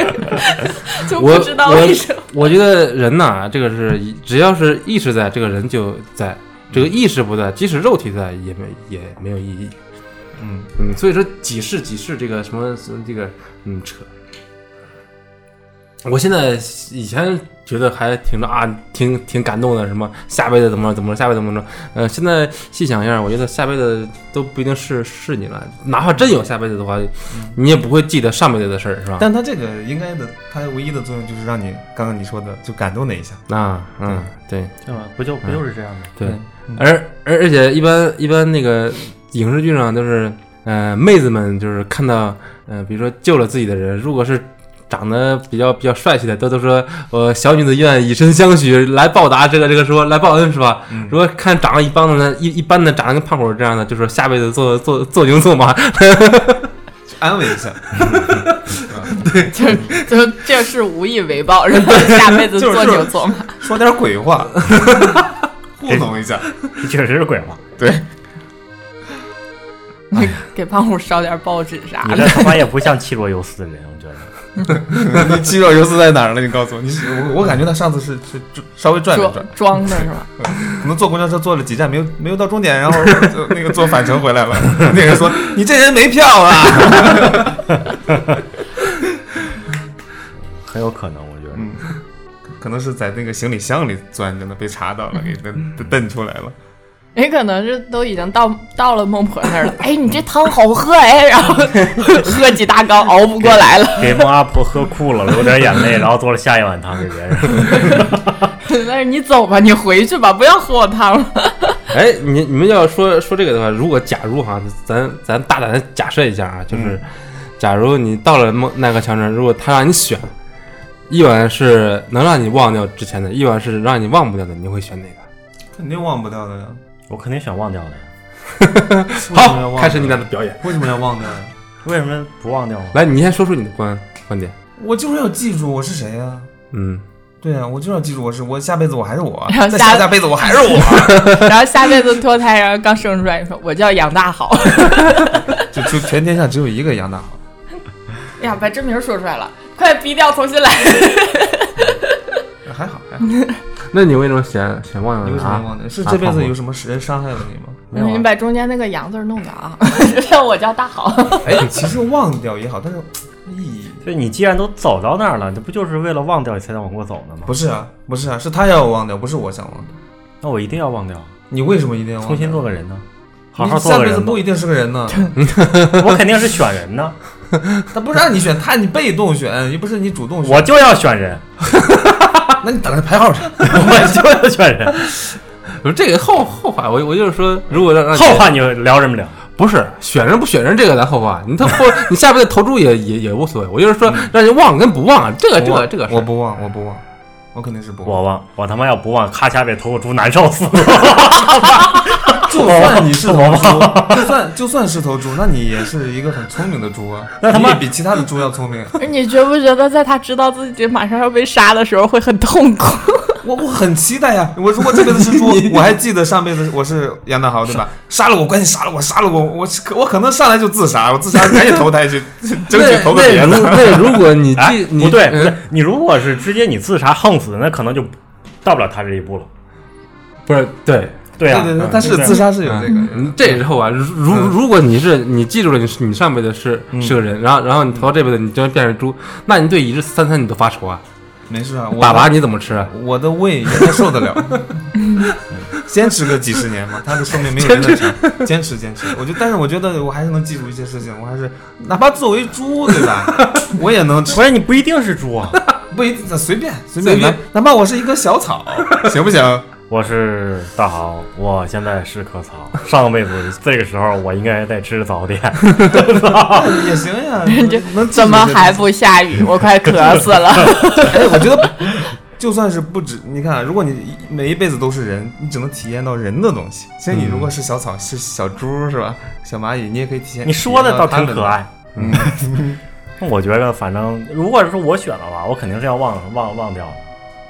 [SPEAKER 3] 就
[SPEAKER 4] 我
[SPEAKER 3] 不知道为什么。
[SPEAKER 4] 我觉得人呐、这个是只要是意识在，这个人就在；这个意识不在，即使肉体在，也没也没有意义。
[SPEAKER 2] 嗯
[SPEAKER 4] 嗯，所以说几世几世这个什么这个嗯扯。我现在以前觉得还挺着啊，挺挺感动的，什么下辈子怎么着怎么着，下辈子怎么着。呃，现在细想一下，我觉得下辈子都不一定是是你了，哪怕真有下辈子的话，你也不会记得上辈子的事儿，是吧？
[SPEAKER 2] 但他这个应该的，他唯一的作用就是让你刚刚你说的就感动了一下。
[SPEAKER 4] 啊，嗯，对。
[SPEAKER 1] 对吧？不就不就是这样吗？
[SPEAKER 4] 对
[SPEAKER 2] 嗯，
[SPEAKER 4] 而而而且一般一般那个影视剧上都是，呃，妹子们就是看到，呃，比如说救了自己的人，如果是长得比较比较帅气的，都都说我、小女子愿以身相许来报答这个这个说来报恩是吧？如果看长得一般的呢，一一般的长得跟胖虎这样的，就说下辈子做做做牛做马，
[SPEAKER 2] 去安慰一 下，
[SPEAKER 3] 就就这是无以为报，然后下辈子做牛做马。
[SPEAKER 2] 说点鬼 话，糊弄一下。
[SPEAKER 1] 确实是鬼话。
[SPEAKER 3] 给胖虎烧点报纸啥
[SPEAKER 1] 你
[SPEAKER 3] 的
[SPEAKER 1] 这。他妈也不像气若游丝的人，我觉得。
[SPEAKER 2] 哎你肌肉游丝在哪儿了？你告诉我，你是我我感觉他上次是是是稍微转了
[SPEAKER 3] 装
[SPEAKER 2] 转，
[SPEAKER 3] 装的是吧？
[SPEAKER 2] 可能坐公交车坐了几站，没有没有到终点，然后就那个坐返程回来了。 那个人说：“你这人没票啊
[SPEAKER 1] 很有可能，我觉得。！”
[SPEAKER 2] 嗯可能是在那个行李箱里钻着呢，被查到了，给蹬蹬出来了。
[SPEAKER 3] 也可能是都已经到到了孟婆那 儿了。哎，你这汤好喝哎，然 后喝几大缸熬不过来了，
[SPEAKER 1] 给孟阿婆喝哭了，流点眼 泪，然后做了下一碗汤给别人。
[SPEAKER 3] 但是你走吧，你回去吧，不要喝我汤了。
[SPEAKER 4] 哎，你你们要说说这个的话，如果假如哈，咱咱大胆的假设一下啊，就是、
[SPEAKER 2] 嗯
[SPEAKER 4] 假如你到了孟奈何桥那儿，如果他让你选，一碗是能让你忘掉之前的，一碗是让你忘不掉的，你会选哪个？
[SPEAKER 2] 肯定忘不掉的呀！
[SPEAKER 1] 我肯定选忘掉的，
[SPEAKER 2] 为什么要忘
[SPEAKER 4] 好，
[SPEAKER 2] 掉
[SPEAKER 4] 开始你俩的表演。
[SPEAKER 2] 为什么要忘掉呀？
[SPEAKER 1] 为什么不忘掉啊？
[SPEAKER 4] 来，你先说出你的观。观点。
[SPEAKER 2] 我就是要记住我是谁呀、
[SPEAKER 4] 嗯，
[SPEAKER 2] 对呀、我就要记住我是我，下辈子我还是我，
[SPEAKER 3] 然后
[SPEAKER 2] 再
[SPEAKER 3] 下
[SPEAKER 2] 下下辈子我 还是我，
[SPEAKER 3] 然后下辈子脱胎，然后刚生出来，你说我叫杨大好，
[SPEAKER 2] 就就全天下只有一个杨大好。
[SPEAKER 3] 哎呀，把真名说出来了，快逼掉，重新来。
[SPEAKER 2] 还好，还好。你
[SPEAKER 4] 那你为什么选选忘
[SPEAKER 2] 为
[SPEAKER 4] 了
[SPEAKER 2] 嗯什么
[SPEAKER 4] 啊？
[SPEAKER 2] 忘了？是
[SPEAKER 4] 啊
[SPEAKER 2] 这辈
[SPEAKER 4] 好吧
[SPEAKER 2] 子有什么人伤害了你吗？
[SPEAKER 4] 没有啊
[SPEAKER 3] 你把中间那个“杨”字儿弄掉啊， 就像我叫大好。
[SPEAKER 2] 哎，其实忘掉也好，但是哎意义
[SPEAKER 1] 就你既然都走到那儿了，这不就是为了忘掉你才想往过走的吗？
[SPEAKER 2] 不是啊，不是啊，是他要我忘掉，不是我想忘掉。
[SPEAKER 1] 那我一定要忘掉，
[SPEAKER 2] 你为什么一定要忘掉
[SPEAKER 1] 重新做个人 呢？好
[SPEAKER 2] 你
[SPEAKER 1] 好做
[SPEAKER 2] 下
[SPEAKER 1] 个
[SPEAKER 2] 辈子
[SPEAKER 1] 人吧
[SPEAKER 2] 不，一定是个人呢，
[SPEAKER 1] 我肯定是选人呢，
[SPEAKER 2] 他不是让你选，他你被动选，又不是你主动选。
[SPEAKER 1] 我就要选 人，
[SPEAKER 4] 啊
[SPEAKER 2] 那你等着排号 去。
[SPEAKER 1] 我就要选人。
[SPEAKER 4] 不是这个后后话，我我就是说，如果让让你
[SPEAKER 1] 后话你聊什么聊？
[SPEAKER 4] 不是选人不选人这个咱后话，你 他后你下辈子投注也也也无所谓。我就是说让人忘跟不忘，啊哎这个这
[SPEAKER 2] 嗯我
[SPEAKER 4] 个这个事
[SPEAKER 2] 我
[SPEAKER 4] 儿，
[SPEAKER 2] 不忘，我不忘，我肯定是不忘。
[SPEAKER 1] 我忘，我他妈要不忘，咔嚓被投个猪难受死了。
[SPEAKER 2] 就算你是头猪， 就算就算是头猪，那你也是一个很聪明的猪啊，
[SPEAKER 1] 那他
[SPEAKER 2] 你
[SPEAKER 1] 妈
[SPEAKER 2] 也比其他的猪要聪明。
[SPEAKER 3] 你觉不觉得，在他知道自己马上要被杀的时候，会很痛 苦？
[SPEAKER 2] 我我很期待呀、我如果这辈子是猪，我还记得上辈子我是杨大豪，对吧？杀了我，赶紧杀了我，杀了我，我我可能上来就自杀，我自杀赶紧投胎去， 争取投个别
[SPEAKER 4] 那如
[SPEAKER 2] 的。
[SPEAKER 4] 那如果你
[SPEAKER 1] 哎
[SPEAKER 4] 记，你
[SPEAKER 1] 不对，不对
[SPEAKER 4] 嗯，
[SPEAKER 1] 你如果是直接你自杀横死，那可能就到不了他这一步了。
[SPEAKER 4] 不是对，
[SPEAKER 1] 对啊，
[SPEAKER 2] 对对
[SPEAKER 1] 嗯，
[SPEAKER 2] 但是
[SPEAKER 1] 对
[SPEAKER 2] 自杀是有这个
[SPEAKER 4] 嗯，这之后啊，如如
[SPEAKER 2] 嗯
[SPEAKER 4] 如果你是你记住了你是你上辈子是是个人，然后然后你投到这辈子你真变成猪，那你对一日三餐你都发愁啊，
[SPEAKER 2] 没事啊，我
[SPEAKER 4] 粑粑你怎么吃啊？
[SPEAKER 2] 我的胃应该受得了， 坚持个几十年嘛，它的寿命没有人的长，坚持坚持。我就，但是我觉得我还是能记住一些事情，我还是 哪怕作为猪，对 吧？我也能吃，
[SPEAKER 1] 不是你不一定是猪啊，
[SPEAKER 2] 不一定随便随
[SPEAKER 4] 随
[SPEAKER 2] 便，
[SPEAKER 4] 便
[SPEAKER 2] 哪哪怕我是一棵小草， 哦行不行？
[SPEAKER 1] 我是大豪，我现在是棵草。上辈子这个时候我应该在吃早点，
[SPEAKER 2] 也行呀，
[SPEAKER 3] 这
[SPEAKER 2] 能记住
[SPEAKER 3] 怎么
[SPEAKER 2] 这
[SPEAKER 3] 还不下雨？我快渴死了。
[SPEAKER 2] 哎，我觉得 就算是不止，你看啊，如果你一每一辈子都是人，你只能体验到人的东西。其实你如果是小草，是小猪，是吧？小蚂蚁，你 也可以体验。
[SPEAKER 1] 你说的
[SPEAKER 2] 体验
[SPEAKER 1] 倒
[SPEAKER 2] 到它
[SPEAKER 1] 挺
[SPEAKER 2] 们
[SPEAKER 1] 可。爱。嗯，我觉得反正如果是我选的话，我肯定是要忘忘忘掉的。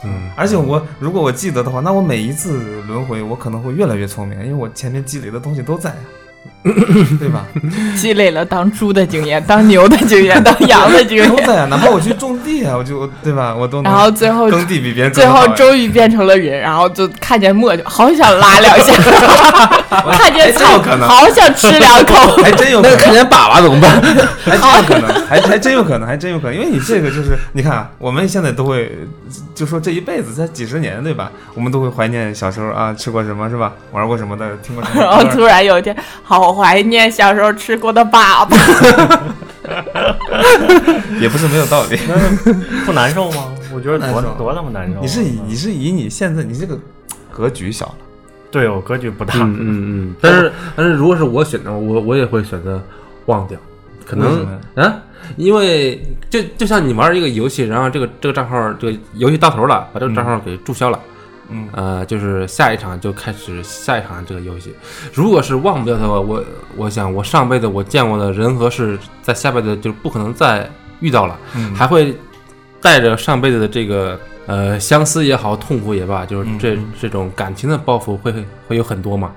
[SPEAKER 4] 嗯，
[SPEAKER 2] 而且我如果我记得的话，那我每一次轮回，我可能会越来越聪明，因为我前面积累的东西都在、啊，对吧？
[SPEAKER 3] 积累了当猪的经验，当牛的经验，当羊的经
[SPEAKER 2] 都
[SPEAKER 3] 验，
[SPEAKER 2] 在啊，哪怕我去种地啊，我就对吧？我都能
[SPEAKER 3] 然后最后
[SPEAKER 2] 耕地比别人
[SPEAKER 3] 最
[SPEAKER 2] 耕得好
[SPEAKER 3] 后
[SPEAKER 2] 呀
[SPEAKER 3] 终于变成了云，然后就看见墨就好想拉两下， 看见
[SPEAKER 2] 哎这
[SPEAKER 3] 草
[SPEAKER 2] 有可能
[SPEAKER 3] 好想吃两 口。
[SPEAKER 2] 还真有可
[SPEAKER 4] 那
[SPEAKER 2] 能
[SPEAKER 4] 看见粑粑怎么办？
[SPEAKER 2] 还真有可能，还还真有可能，还真有可能，因为你这个就是，你看啊，我们现在都会，就说这一辈子才几十年，对吧？我们都会怀念小时候啊，吃过什么是吧？玩过什么的，听过 什么
[SPEAKER 3] 然后
[SPEAKER 2] 歌
[SPEAKER 3] 突然有一天，好怀念小时候吃过的 粑粑。
[SPEAKER 2] 也不是没有道理。
[SPEAKER 1] 不难受吗？我觉得多
[SPEAKER 2] 难受
[SPEAKER 1] 多他妈难受啊。
[SPEAKER 2] 你是以你是以你现在你这个格局小了，
[SPEAKER 1] 对我格局不大，
[SPEAKER 4] 嗯嗯嗯，但是但是如果是我选的，我我也会选择忘掉，可
[SPEAKER 2] 为什
[SPEAKER 4] 能
[SPEAKER 2] 么呀
[SPEAKER 4] 啊，因为就就像你玩一个游戏，然后这个这个账号这个游戏到头了，把这个账号给注销了。
[SPEAKER 2] 嗯
[SPEAKER 4] 呃，就是下一场就开始下一场这个游戏。如果是忘不掉的话，我我想我上辈子我见过的人和事，在下辈子就不可能再遇到了，
[SPEAKER 2] 嗯
[SPEAKER 4] 还会带着上辈子的这个呃相思也好，痛苦也罢，就是这、这种感情的包袱会会有很多嘛，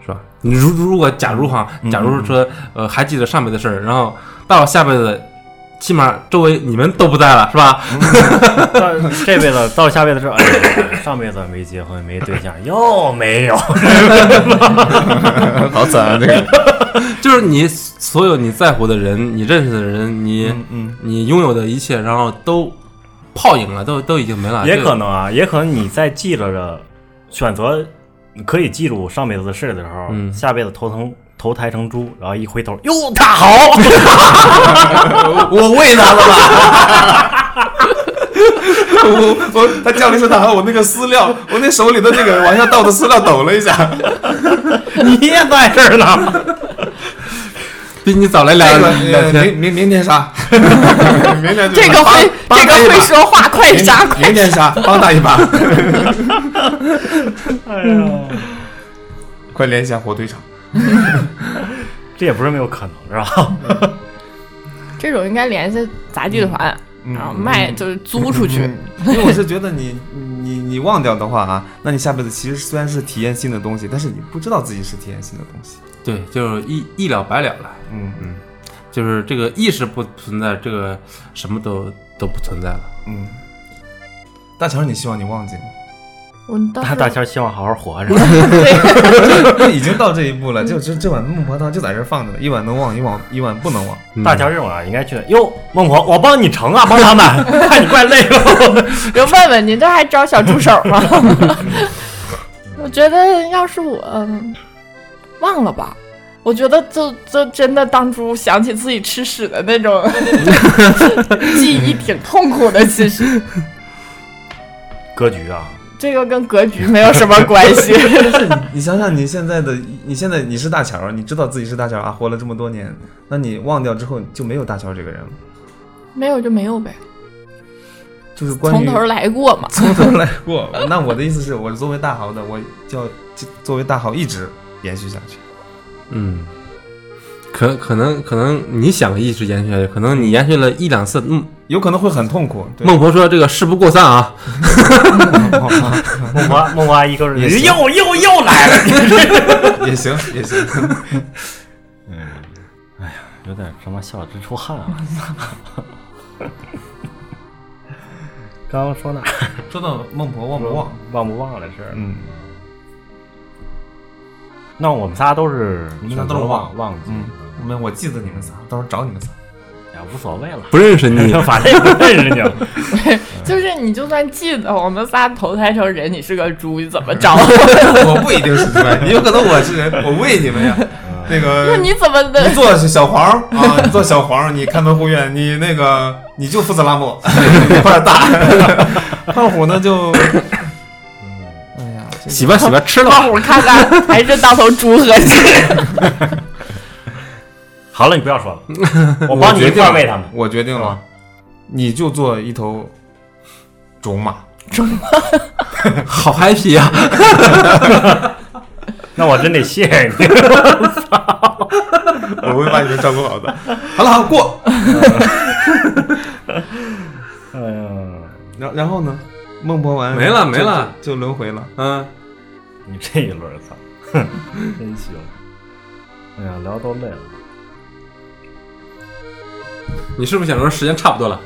[SPEAKER 4] 是吧？你如如果假如哈，假如说呃还记得上辈子的事儿，然后到了下辈子，起码周围你们都不在了，是吧？
[SPEAKER 1] 到这辈子到下辈子是，哎，上辈子没结婚没对象，又没有，
[SPEAKER 2] 好惨啊！这个，
[SPEAKER 4] 就是你所有你在乎的人，你认识的人，你、
[SPEAKER 2] 嗯嗯，
[SPEAKER 4] 你拥有的一切，然后都泡影了，都都已经没了。
[SPEAKER 1] 也
[SPEAKER 4] 这
[SPEAKER 1] 可能啊，也可能你在记着着选择可以记住上辈子的事的时候，
[SPEAKER 4] 嗯
[SPEAKER 1] 下辈子投成投胎成猪，然后一回头，哟，他好，
[SPEAKER 4] 我喂他了吧？
[SPEAKER 2] 我我他叫了一声大喊，我那个饲料，我那手里的那个往下倒的饲料抖了一下，
[SPEAKER 1] 你也在这儿呢，
[SPEAKER 4] 比你早来
[SPEAKER 2] 那
[SPEAKER 4] 两
[SPEAKER 2] 个
[SPEAKER 4] 两
[SPEAKER 2] 呃
[SPEAKER 4] 天。
[SPEAKER 2] 明明明天 杀，明天就
[SPEAKER 3] 这个会这个会说 话，快
[SPEAKER 2] 明
[SPEAKER 3] 杀快
[SPEAKER 2] 明天杀，帮他一把。
[SPEAKER 1] 哎 呀，
[SPEAKER 2] 快联系一下火腿肠。
[SPEAKER 1] 这也不是没有可能是吧？
[SPEAKER 3] 这种应该联系杂技团，
[SPEAKER 2] 嗯
[SPEAKER 3] 然后啊卖就是租出去。
[SPEAKER 2] 因为我是觉得你你你忘掉的话啊，那你下辈子其实虽然是体验新的东西，但是你不知道自己是体验新的东西。
[SPEAKER 4] 对，就是一一了百了了，
[SPEAKER 2] 嗯嗯
[SPEAKER 4] 就是这个意识不存在，这个什么都都不存在了。
[SPEAKER 2] 嗯。大乔，你希望你忘记吗？
[SPEAKER 3] 我 当
[SPEAKER 1] 大
[SPEAKER 3] 时
[SPEAKER 1] 大仙儿希望好好活着，
[SPEAKER 2] 嗯 就已经到这一步了，就这这碗孟婆汤就在这儿放着呢，一碗能忘，一碗一碗不能忘。
[SPEAKER 4] 嗯
[SPEAKER 1] 大乔这种啊，应该去哟，孟婆，我帮你盛啊，帮他们， 看你怪累了。
[SPEAKER 3] 就问问您，这还招小助手吗？我觉得要是我、嗯忘了吧，我觉得就就真的当初想起自己吃屎的那种记忆挺痛苦的。其实
[SPEAKER 1] 格局啊，
[SPEAKER 3] 这个跟格局没有什么关系。
[SPEAKER 2] 你想想你现在的，你现在你是大乔，你知道自己是大乔啊，活了这么多年，那你忘掉之后就没有大乔这个人了，
[SPEAKER 3] 没有就没有呗，
[SPEAKER 2] 就是关
[SPEAKER 3] 从
[SPEAKER 2] 于
[SPEAKER 3] 头来过嘛。
[SPEAKER 2] 从头来过。那我的意思是，我作为大豪的，我就要作为大豪一直延续下去。
[SPEAKER 4] 嗯，可可能可能你想一直延续下去，可能你延续了一两次，嗯，
[SPEAKER 2] 有可能会很痛苦，对，
[SPEAKER 4] 孟婆说这个事不过三啊，
[SPEAKER 1] 孟婆，孟婆阿姨跟着
[SPEAKER 2] 也行
[SPEAKER 1] 又又又来了，
[SPEAKER 2] 也行也行。
[SPEAKER 1] 有点他妈笑直出汗啊！ 刚刚说哪儿？
[SPEAKER 2] 说到孟婆忘不忘？
[SPEAKER 1] 忘不忘的事儿。
[SPEAKER 2] 嗯
[SPEAKER 1] 那我们仨都是，
[SPEAKER 2] 我们仨都是忘
[SPEAKER 1] 忘忘记，
[SPEAKER 2] 嗯，我们我记得你们仨，到时候找你们仨。
[SPEAKER 1] 哎，无所谓了，，
[SPEAKER 4] 不认识你
[SPEAKER 2] 嗯
[SPEAKER 1] 反正也不认识你了。
[SPEAKER 3] 就是你就算记得我们仨投胎成人，你是个猪，你怎么 找？
[SPEAKER 2] 我不一定是出 来，有可能我是人，我喂你们呀。
[SPEAKER 4] 啊
[SPEAKER 2] 那
[SPEAKER 3] 那
[SPEAKER 2] 个
[SPEAKER 3] 你怎么
[SPEAKER 2] 你
[SPEAKER 3] 的？
[SPEAKER 2] 做小黄儿啊，你做小黄儿，你看门护院，你那个你就负责拉 磨，一块儿打。胖虎呢就，哎呀，这
[SPEAKER 4] 嗯洗吧洗吧，吃了吧
[SPEAKER 3] 胖。虎看看，还是当头猪合 适。
[SPEAKER 1] 好了，你不要说 了，我帮你一块儿喂他们。
[SPEAKER 2] 我决定
[SPEAKER 4] 啊
[SPEAKER 2] 了，你就做一头种 马。
[SPEAKER 4] 好啊 happy 呀、
[SPEAKER 1] 那我真得谢谢你。
[SPEAKER 2] 我会把你们照顾好的。好了，好过。
[SPEAKER 1] 哎呀，
[SPEAKER 2] 然然后呢？孟婆丸
[SPEAKER 4] 没了没了，
[SPEAKER 2] 就就轮回了。
[SPEAKER 4] 嗯，
[SPEAKER 1] 你这一轮儿，操， 真行。哎呀，聊都累了。
[SPEAKER 4] 你是不是想说时间差不多了？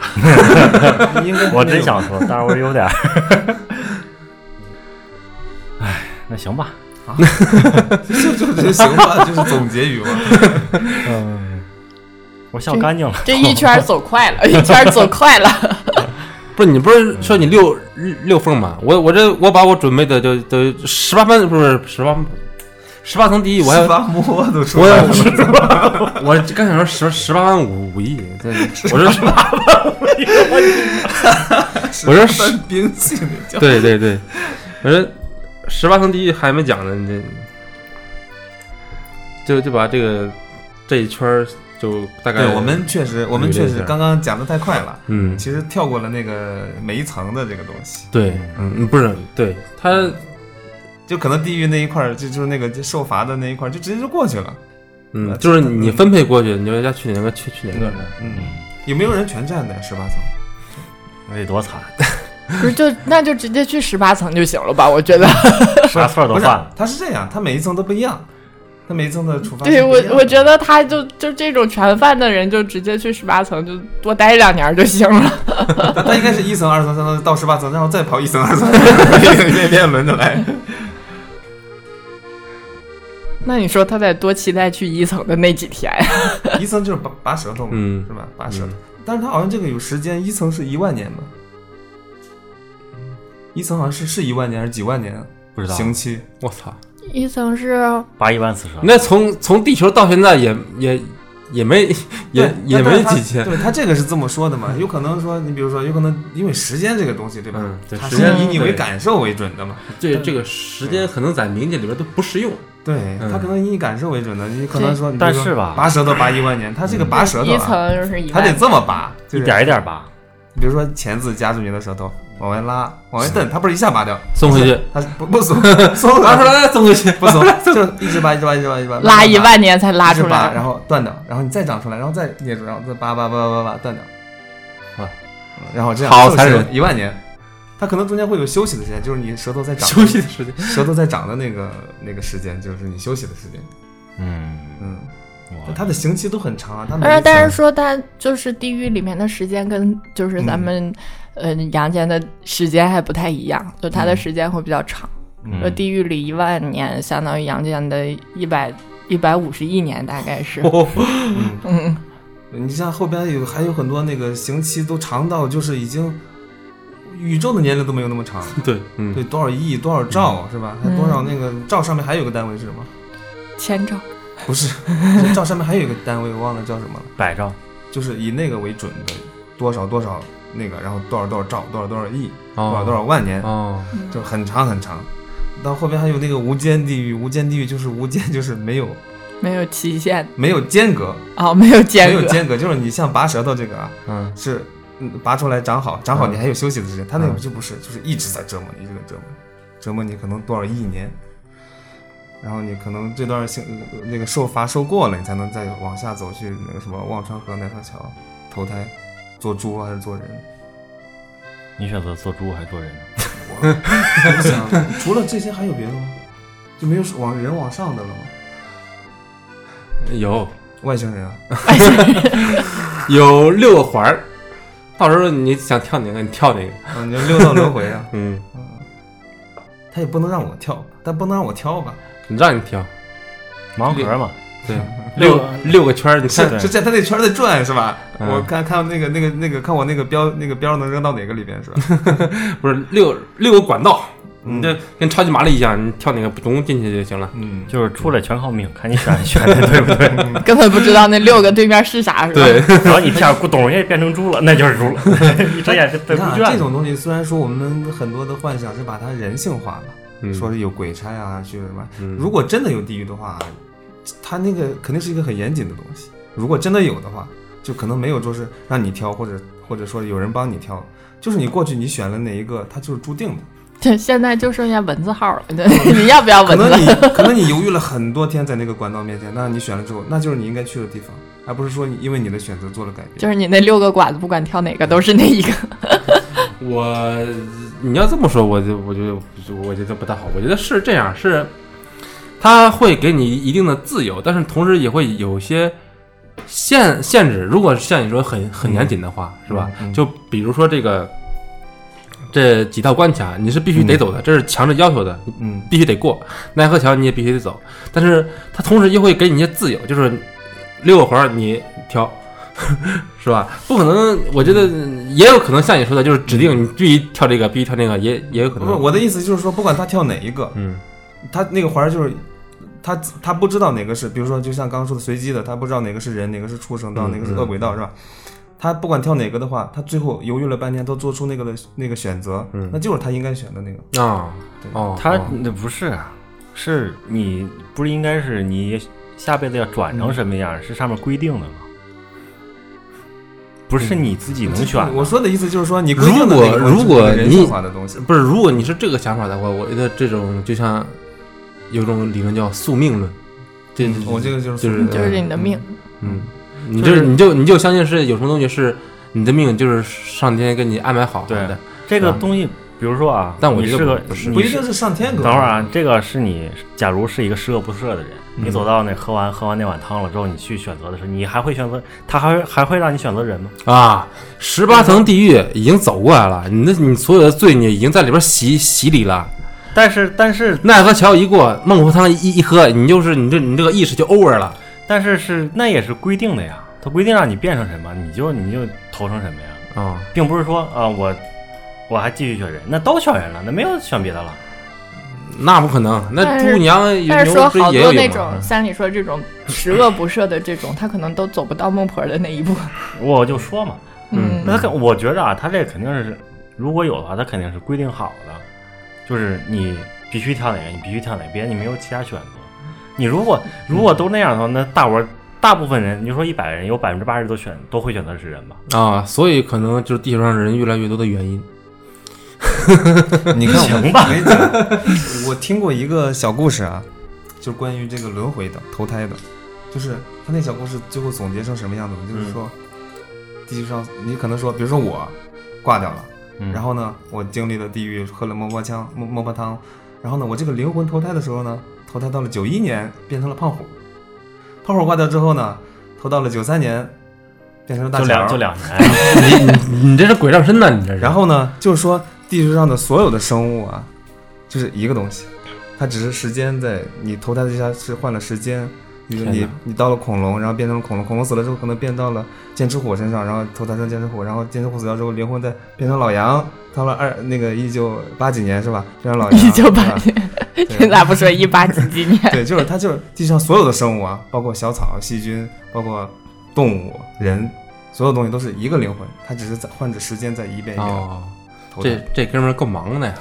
[SPEAKER 2] 应该
[SPEAKER 1] 我真想说，但是我有点儿，哎， 那行吧。
[SPEAKER 2] 就 就就行吧，就是总结语嘛。
[SPEAKER 1] 嗯，我笑干净了。
[SPEAKER 3] 这一圈走快了，一圈走快了。
[SPEAKER 4] 不是你不是说你六六缝吗？我我这我把我准备的就都十八分不是十八十八层第 一，我还
[SPEAKER 2] 十八摸都出
[SPEAKER 4] 我
[SPEAKER 2] 来
[SPEAKER 4] 要
[SPEAKER 2] 了。
[SPEAKER 4] 我刚想说十十八万五五亿，这我说我说是
[SPEAKER 2] 搬兵器那叫。
[SPEAKER 4] 对对对，我说十八层第一还没讲呢，你这就就把这个这一圈儿就大概
[SPEAKER 2] 对我们确实，我们确实刚刚讲的太快了，
[SPEAKER 4] 嗯
[SPEAKER 2] 其实跳过了那个每一层的这个东西，
[SPEAKER 4] 对嗯不是对他
[SPEAKER 2] 就可能地狱那一块儿，就就是那个受罚的那一块儿，就直接就过去了。
[SPEAKER 4] 嗯就是你分配过去，你要要去哪个去去哪个，
[SPEAKER 2] 嗯，有没有人全占的呀？十八层？
[SPEAKER 1] 那得多惨，
[SPEAKER 3] 不是，就那就直接去十八层就行了吧？我觉得，
[SPEAKER 1] 啥错儿都
[SPEAKER 2] 不是
[SPEAKER 1] 犯了，。
[SPEAKER 2] 它是这样，它每一层都不一样，它每一层的处罚是
[SPEAKER 3] 对
[SPEAKER 2] 不
[SPEAKER 3] 我
[SPEAKER 2] 一样的
[SPEAKER 3] 我觉得他就就这种全犯的人，就直接去十八层，就多待两年就行了。
[SPEAKER 2] 但它应该是一层、二层、三层到十八层，然后再跑一层、二层，一层一 遍一遍轮着来。
[SPEAKER 3] 那你说他得多期待去一层的那几天？
[SPEAKER 2] 一层就是拔拔舌头嘛，
[SPEAKER 4] 嗯
[SPEAKER 2] 是吧？拔舌头，但是它好像这个有时间，一层是一万年吧？一层好像是是一万年还是几万年啊？
[SPEAKER 1] 不知道
[SPEAKER 2] 刑期，
[SPEAKER 4] 我操，
[SPEAKER 3] 一层是
[SPEAKER 1] 八一万四十万。
[SPEAKER 4] 那从从地球到现在也也也没也
[SPEAKER 2] 对
[SPEAKER 4] 也
[SPEAKER 2] 但
[SPEAKER 4] 没
[SPEAKER 2] 但是
[SPEAKER 4] 几
[SPEAKER 2] 他
[SPEAKER 4] 千，
[SPEAKER 2] 对他这个是这么说的嘛？有可能说，你比如说，有可能因为时间这个东西，对吧？
[SPEAKER 4] 嗯对
[SPEAKER 2] 它
[SPEAKER 4] 时
[SPEAKER 2] 是
[SPEAKER 3] 间
[SPEAKER 2] 以你为
[SPEAKER 4] 对
[SPEAKER 2] 感受为准的嘛。
[SPEAKER 4] 这这个时间可能在冥界里边都不适用。
[SPEAKER 2] 对，
[SPEAKER 4] 嗯
[SPEAKER 2] 它可能以你感受为准的，你可能说，你比
[SPEAKER 1] 但
[SPEAKER 2] 如说
[SPEAKER 1] 是吧
[SPEAKER 2] 拔舌头拔一万年，它这个拔舌头
[SPEAKER 3] 一
[SPEAKER 2] 啊，
[SPEAKER 3] 层就是一
[SPEAKER 2] 它得
[SPEAKER 3] 万，
[SPEAKER 2] 这么拔，就
[SPEAKER 1] 一
[SPEAKER 2] 是
[SPEAKER 1] 点一点吧，
[SPEAKER 2] 比如说钳子夹住你的舌头，往外拉，往外蹬，它不是一下拔掉，
[SPEAKER 4] 送回 去，
[SPEAKER 2] 它是不不松松
[SPEAKER 4] 拿出来送回 去，
[SPEAKER 2] 不松， 就一直拔一直拔一直拔一直拔，
[SPEAKER 3] 拉一
[SPEAKER 2] 慢慢拔
[SPEAKER 3] 万年才拉
[SPEAKER 2] 一直
[SPEAKER 3] 出
[SPEAKER 2] 拔，
[SPEAKER 3] 来，
[SPEAKER 2] 然后断掉，然后你再长出来，然后再捏住，然后再拔拔拔拔拔拔断掉，
[SPEAKER 4] 哇
[SPEAKER 2] 嗯，然后这样
[SPEAKER 4] 好
[SPEAKER 2] 凑
[SPEAKER 4] 残
[SPEAKER 2] 齐
[SPEAKER 4] 忍
[SPEAKER 2] 一万年，它可能中间会有休息的时间，就是你舌头在长，
[SPEAKER 4] 休息的时间。
[SPEAKER 2] 舌头在长的那个那个时间，就是你休息的时间，
[SPEAKER 1] 嗯，
[SPEAKER 2] 嗯，
[SPEAKER 1] 我
[SPEAKER 2] 它的刑期都很长啊，它每
[SPEAKER 3] 但是
[SPEAKER 2] 一
[SPEAKER 3] 但
[SPEAKER 2] 层
[SPEAKER 3] 是说它就是地狱里面的时间跟就是咱们嗯、呃阳间的时间还不太一样，就
[SPEAKER 2] 嗯
[SPEAKER 3] 它的时间会比较长。说
[SPEAKER 1] 嗯
[SPEAKER 3] 地狱里一万年相当于阳间的一百一百五十亿年，大概是。嗯，
[SPEAKER 2] 你像后边有还有很多那个刑期都长到就是已经宇宙的年龄都没有那么长，
[SPEAKER 4] 对， 嗯，
[SPEAKER 2] 对，多少亿多少兆是吧？还多少那个兆上面还有个单位是 什么？
[SPEAKER 3] 千兆。
[SPEAKER 2] 不是，是兆上面还有一个单位，我忘了叫什么了，
[SPEAKER 1] 百兆，
[SPEAKER 2] 就是以那个为准的多少多少那个，然后多少多少兆多少多少亿多少多
[SPEAKER 4] 哦
[SPEAKER 2] 少万年，
[SPEAKER 4] 哦，
[SPEAKER 3] 嗯
[SPEAKER 2] 就很长很长。到后边还有那个无间地狱，无间地狱就是无间，就是没有
[SPEAKER 3] 没有期限
[SPEAKER 2] 没有间隔，
[SPEAKER 3] 哦， 没有间
[SPEAKER 2] 没有
[SPEAKER 3] 隔，
[SPEAKER 2] 间隔，就是你像拔舌头这个啊，
[SPEAKER 4] 嗯，
[SPEAKER 2] 是嗯拔出来长好，长好
[SPEAKER 4] 嗯
[SPEAKER 2] 你还有休息的时间，他那个
[SPEAKER 4] 嗯
[SPEAKER 2] 就不是，就是一直在折磨你，一直在折磨你，折磨你可能多少亿年，然后你可能这段性呃那个受罚受过了，你才能再往下走去那个什么忘川河南河桥投胎。做猪还是做人？
[SPEAKER 1] 你选择做猪还是做人呢？
[SPEAKER 2] 我想， 除了这些还有别的吗？就没有往人往上的了吗？
[SPEAKER 4] 有
[SPEAKER 2] 外星人啊，
[SPEAKER 4] 有六个环儿，到时候你想跳哪个，你跳哪个。
[SPEAKER 2] 嗯，你就六道轮回啊。
[SPEAKER 4] 嗯，
[SPEAKER 2] 嗯，他也不能让我跳，但不能让我挑吧？
[SPEAKER 4] 你让你跳，
[SPEAKER 1] 盲盒嘛，
[SPEAKER 4] 对，六六个圈儿，你看
[SPEAKER 2] 是是在他那圈儿在转是吧？
[SPEAKER 4] 嗯
[SPEAKER 2] 我看看那个那个那个看我那个标那个标能扔到哪个里边是吧？
[SPEAKER 4] 不是六六个管道，
[SPEAKER 2] 嗯
[SPEAKER 4] 你这跟超级玛丽一样，你跳哪个咚进去就行了。
[SPEAKER 2] 嗯，
[SPEAKER 1] 就是出来全靠命，看你 选选的对不对。
[SPEAKER 3] 根本不知道那六个对面是啥，是吧？
[SPEAKER 4] 对，
[SPEAKER 1] 然后你一下咕咚也变成猪了，那就是 猪了，一睁眼是被
[SPEAKER 2] 你
[SPEAKER 1] 猪
[SPEAKER 2] 看啊
[SPEAKER 1] 圈
[SPEAKER 2] 这。种东西，虽然说我们很多的幻想是把它人性化了，
[SPEAKER 4] 嗯
[SPEAKER 2] 说是有鬼差啊，去什么？
[SPEAKER 4] 嗯
[SPEAKER 2] 如果真的有地狱的话，它那个肯定是一个很严谨的东西。如果真的有的话，就可能没有说是让你挑，或者或者说有人帮你挑，就是你过去你选了哪一个，它就是注定的。
[SPEAKER 3] 对，现在就剩下蚊子号了，对你要不要
[SPEAKER 2] 可
[SPEAKER 3] 蚊
[SPEAKER 2] 能你
[SPEAKER 3] 子？
[SPEAKER 2] 可能你犹豫了很多天在那个管道面前，那你选了之后，那就是你应该去的地方，而不是说你因为你的选择做了改变。
[SPEAKER 3] 就是你那六个管子，不管挑哪个都是那一个。
[SPEAKER 4] 我你要这么说，我就我就我觉得不大好。我觉得是这样，是它会给你一定的自由，但是同时也会有些限限制。如果像你说很很严谨的话，是吧？
[SPEAKER 2] 嗯嗯
[SPEAKER 4] 就比如说这个这几道关卡，你是必须得走的，这是强制要求的，你
[SPEAKER 2] 嗯
[SPEAKER 4] 必须得过。奈何桥你也必须得走，但是它同时又会给你一些自由，就是六个环儿你挑， 是吧？不可能，我觉得也有可能像你说的，就是指定你必须挑这个，必须挑那个，也也有可
[SPEAKER 2] 不是
[SPEAKER 4] 能。
[SPEAKER 2] 我的意思就是说，不管他跳哪一个，
[SPEAKER 4] 嗯，
[SPEAKER 2] 他那个环儿就是他他不知道哪个是，比如说就像刚刚说的随机的，他不知道哪个是人，哪个是畜生道，
[SPEAKER 4] 嗯
[SPEAKER 2] 哪个是恶鬼道，是吧？他不管跳哪个的话，他最后犹豫了半天，都做出那个的那个选择，
[SPEAKER 4] 嗯
[SPEAKER 2] 那就是他应该选的那个。
[SPEAKER 4] 啊，哦，
[SPEAKER 1] 他
[SPEAKER 4] 哦
[SPEAKER 1] 那不是啊，是你不是应该是你下辈子要转成什么样？是上面规定的吗？不是你嗯自己能选啊的。
[SPEAKER 2] 我说的意思就是说，你规定的那个
[SPEAKER 4] 如果
[SPEAKER 2] 就是那个
[SPEAKER 4] 如果
[SPEAKER 2] 人性化的东西，
[SPEAKER 4] 不是，如果你是这个想法的话，我觉得这种就像有种理论叫宿命论，这、
[SPEAKER 2] 嗯我这个就是
[SPEAKER 4] 就是
[SPEAKER 3] 就是你的命，
[SPEAKER 4] 嗯，你
[SPEAKER 1] 就
[SPEAKER 4] 就是你就你就相信是有什么东西是你的命，就是上天给你安排好
[SPEAKER 1] 对
[SPEAKER 4] 的。
[SPEAKER 1] 这个
[SPEAKER 4] 啊
[SPEAKER 1] 东西，比如说啊，
[SPEAKER 4] 但我
[SPEAKER 1] 你
[SPEAKER 4] 觉得
[SPEAKER 1] 是个
[SPEAKER 4] 不是
[SPEAKER 1] 你
[SPEAKER 2] 不一定是上天给。
[SPEAKER 1] 等会儿，啊，这个是你，假如是一个十恶不赦的人，你走到那喝完喝完那碗汤了之后，你去选择的时候，你还会选择他还会还会让你选择人吗？
[SPEAKER 4] 啊，十八层地狱已经走过来了，你的你所有的罪孽已经在里边洗洗礼了。
[SPEAKER 1] 但是但是
[SPEAKER 4] 奈何桥一过，孟婆汤一一喝，你就是你这你这个意识就 over 了。
[SPEAKER 1] 但是是那也是规定的呀，他规定让你变成什么，你就你就投成什么呀，
[SPEAKER 4] 啊、
[SPEAKER 1] 并不是说啊、我我还继续选人，那都选人了，那没有选别的了。
[SPEAKER 4] 那不可能，那
[SPEAKER 3] 但是
[SPEAKER 4] 猪娘有
[SPEAKER 3] 但是
[SPEAKER 4] 牛
[SPEAKER 3] 说
[SPEAKER 4] 不
[SPEAKER 3] 好
[SPEAKER 4] 也嗯
[SPEAKER 3] 多
[SPEAKER 4] 有有
[SPEAKER 3] 那
[SPEAKER 4] 吗
[SPEAKER 3] 种，？像你说这种十恶不赦的这种，他可能都走不到孟婆的那一步。
[SPEAKER 1] 我就说嘛，
[SPEAKER 4] 嗯
[SPEAKER 1] 那他肯我觉着啊，他这肯定是如果有的话，他肯定是规定好的，就是你必须跳哪个，你必须跳哪个，别你没有其他选择。你如果如果都那样的话，那大伙儿大部分人，你说一百人，有百分之八十都选都会选择是人吧？
[SPEAKER 4] 啊，所以可能就是地球上人越来越多的原因。
[SPEAKER 2] 你看我
[SPEAKER 1] 行吧
[SPEAKER 2] 没讲，我听过一个小故事啊，就是关于这个轮回的、投胎的，就是他那小故事最后总结成什么样子
[SPEAKER 1] 嗯
[SPEAKER 2] 呢？就是说，地球上你可能说，比如说我挂掉了，
[SPEAKER 1] 嗯
[SPEAKER 2] 然后呢，我经历了地狱，喝了摸摸枪、摸摸摸汤，然后呢，我这个灵魂投胎的时候呢，投胎到了九一年，变成了胖虎，胖虎挂掉之后呢，投到了九三年，变成了大
[SPEAKER 1] 就
[SPEAKER 2] 乔
[SPEAKER 1] 两
[SPEAKER 2] 儿
[SPEAKER 1] 就两年，
[SPEAKER 4] 你你你这是鬼上身呐，你这是。
[SPEAKER 2] 然后呢，就是说地球上的所有的生物啊，就是一个东西，它只是时间在你投胎之下是换了时间。比如说
[SPEAKER 4] 天
[SPEAKER 2] 你
[SPEAKER 4] 哪
[SPEAKER 2] 你到了恐龙，然后变成了恐龙，恐龙死了之后可能变到了剑齿虎身上，然后投胎成剑齿虎，然后剑齿虎死掉之后灵魂再变成老羊，到了二那个一九八几年是吧？变成 老羊，
[SPEAKER 3] 一九八
[SPEAKER 2] 是吧
[SPEAKER 3] 年，你咋不说一八几几年？
[SPEAKER 2] 对，就是它就是地上所有的生物啊，包括小草、细菌，包括动物、人，所有东西都是一个灵魂，它只是在换着时间在一遍一遍
[SPEAKER 4] 哦，
[SPEAKER 2] 投胎。
[SPEAKER 4] 这这哥们儿够忙的呀，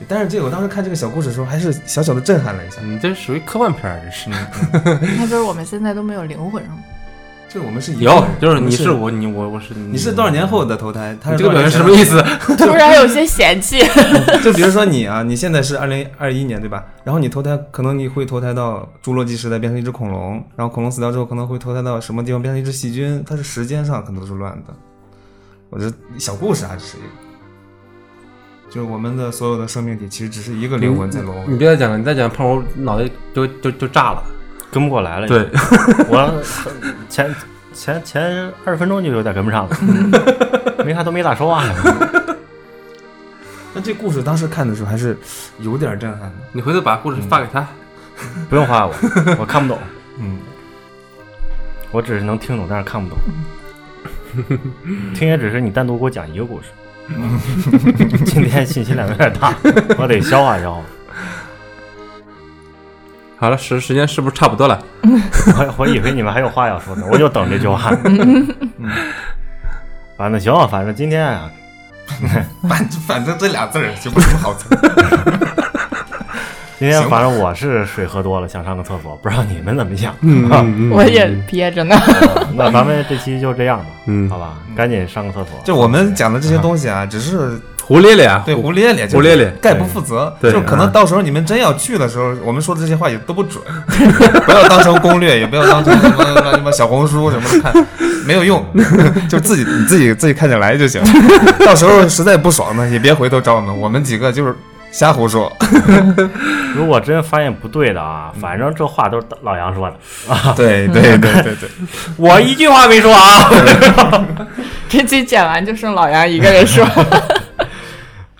[SPEAKER 2] 对但是这个我当时看这个小故事的时候，还是小小的震撼了一下。
[SPEAKER 4] 你这属于科幻片儿，这 是。
[SPEAKER 3] 那就是我们现在都没有灵魂了。
[SPEAKER 2] 就是我们是一个
[SPEAKER 4] 有
[SPEAKER 2] 人，
[SPEAKER 4] 就是
[SPEAKER 2] 我
[SPEAKER 4] 你
[SPEAKER 2] 们
[SPEAKER 4] 是
[SPEAKER 2] 是，
[SPEAKER 4] 我，你我我是你，
[SPEAKER 2] 你是多少年后的投胎？他
[SPEAKER 4] 你
[SPEAKER 2] 是
[SPEAKER 4] 这个表
[SPEAKER 2] 多少
[SPEAKER 4] 情
[SPEAKER 2] 年
[SPEAKER 4] 什
[SPEAKER 2] 前
[SPEAKER 4] 么意思？
[SPEAKER 3] 突然有些嫌弃，
[SPEAKER 2] 的？ 就比如说你啊，你现在是二零二一年对吧？然后你投胎，可能你会投胎到侏罗纪时代变成一只恐龙，然后恐龙死掉之后可能会投胎到什么地方变成一只细菌，它是时间上可能都是乱的。我这小故事啊，只是一个，就是我们的所有的生命体其实只是一个灵魂在轮
[SPEAKER 4] 你
[SPEAKER 2] 回。
[SPEAKER 4] 别再讲了，你再讲胖虎脑袋就就就炸了。
[SPEAKER 1] 跟不过来了。，
[SPEAKER 4] 对，
[SPEAKER 1] 我前前前二十分钟就有点跟不 上了，没啥都没咋说话呢。
[SPEAKER 2] 那这故事当时看的时候还是有点震撼的。
[SPEAKER 4] 你回头把故事发给他。
[SPEAKER 1] 不用 夸我，我看不懂，
[SPEAKER 2] 嗯，
[SPEAKER 1] 我只是能听懂，但是看 不懂。听也只是你单独给我讲一个故事。今天信息量有点 大，我得消化消化。
[SPEAKER 4] 好了，时时间是不是差不多了？
[SPEAKER 1] 我我以为你们还有话要说呢，我就等这句 话。嗯反正行，反正今天啊，
[SPEAKER 2] 反反正这俩字儿就不是什么好词儿。
[SPEAKER 1] 今天
[SPEAKER 2] 行吧
[SPEAKER 1] 反正我是水喝多了，想上个厕所，不知道你们怎么 想。嗯
[SPEAKER 4] 嗯
[SPEAKER 3] 我也憋着呢。
[SPEAKER 1] 那咱们这期就这样吧，
[SPEAKER 4] 嗯
[SPEAKER 1] 好吧，赶紧上个厕所。
[SPEAKER 2] 就我们讲的这些东西啊，只是
[SPEAKER 4] 胡咧咧啊，
[SPEAKER 2] 对
[SPEAKER 4] 胡
[SPEAKER 2] 胡咧咧，就是
[SPEAKER 4] 胡咧咧
[SPEAKER 2] 概不负责。
[SPEAKER 4] 对
[SPEAKER 2] 就是可能到时候你们真要去的时候， 我们说的这些话也都不 准，不要当成攻略，也不要当成什么乱七八小红书什么的看，没有用， 就自己你自己自己看着来就 行。到时候实在不爽呢，也别回头找我们，我们几个就是瞎胡 说。
[SPEAKER 1] 如果真发现不对的啊，反正这话都是老杨说的，
[SPEAKER 2] 对对对对对，
[SPEAKER 1] 我一句话没说啊。
[SPEAKER 3] 这期剪完就剩老杨一个人说，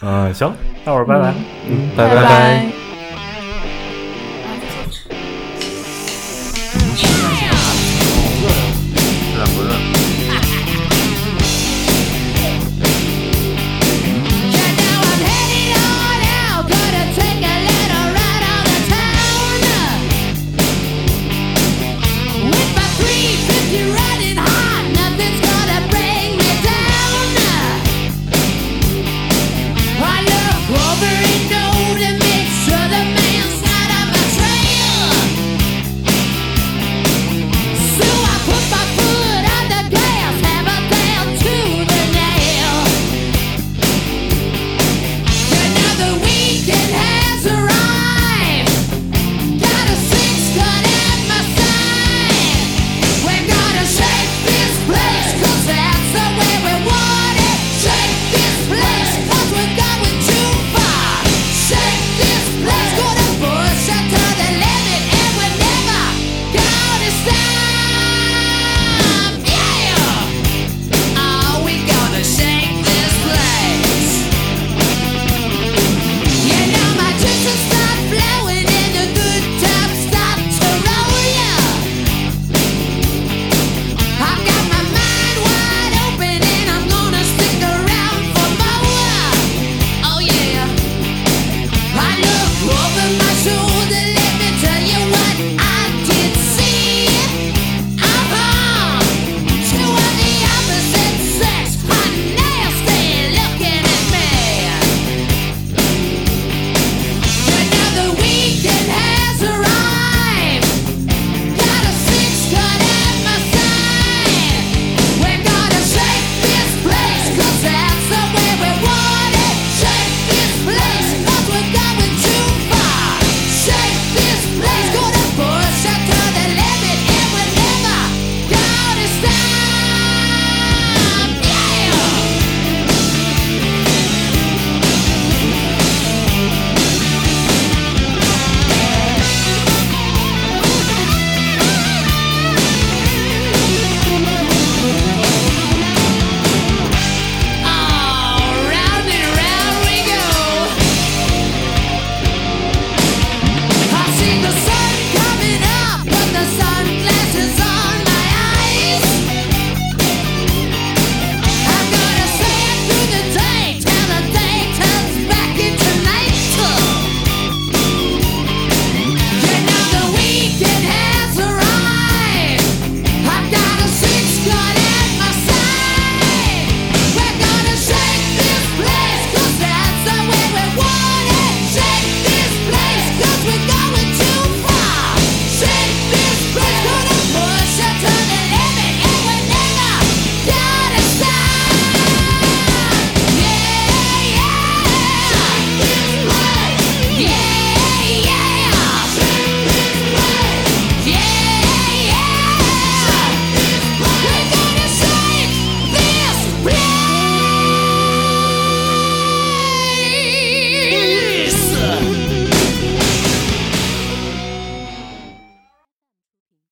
[SPEAKER 1] 嗯，行，大伙儿拜拜。
[SPEAKER 4] 拜拜。
[SPEAKER 3] 拜。
[SPEAKER 5] now I'm heading on out, gonna take a little ride on the town. With my 350 running hot, nothing's gonna bring me down. I look over and over to make sure the man's not on my trail. So I put my foot on the gas, hammer down to the nail. Another weekend has arrived. Got a six gun at my side. We're gonna shake this place, 'cause that's the way we want it. Shake this place, 'cause Oh,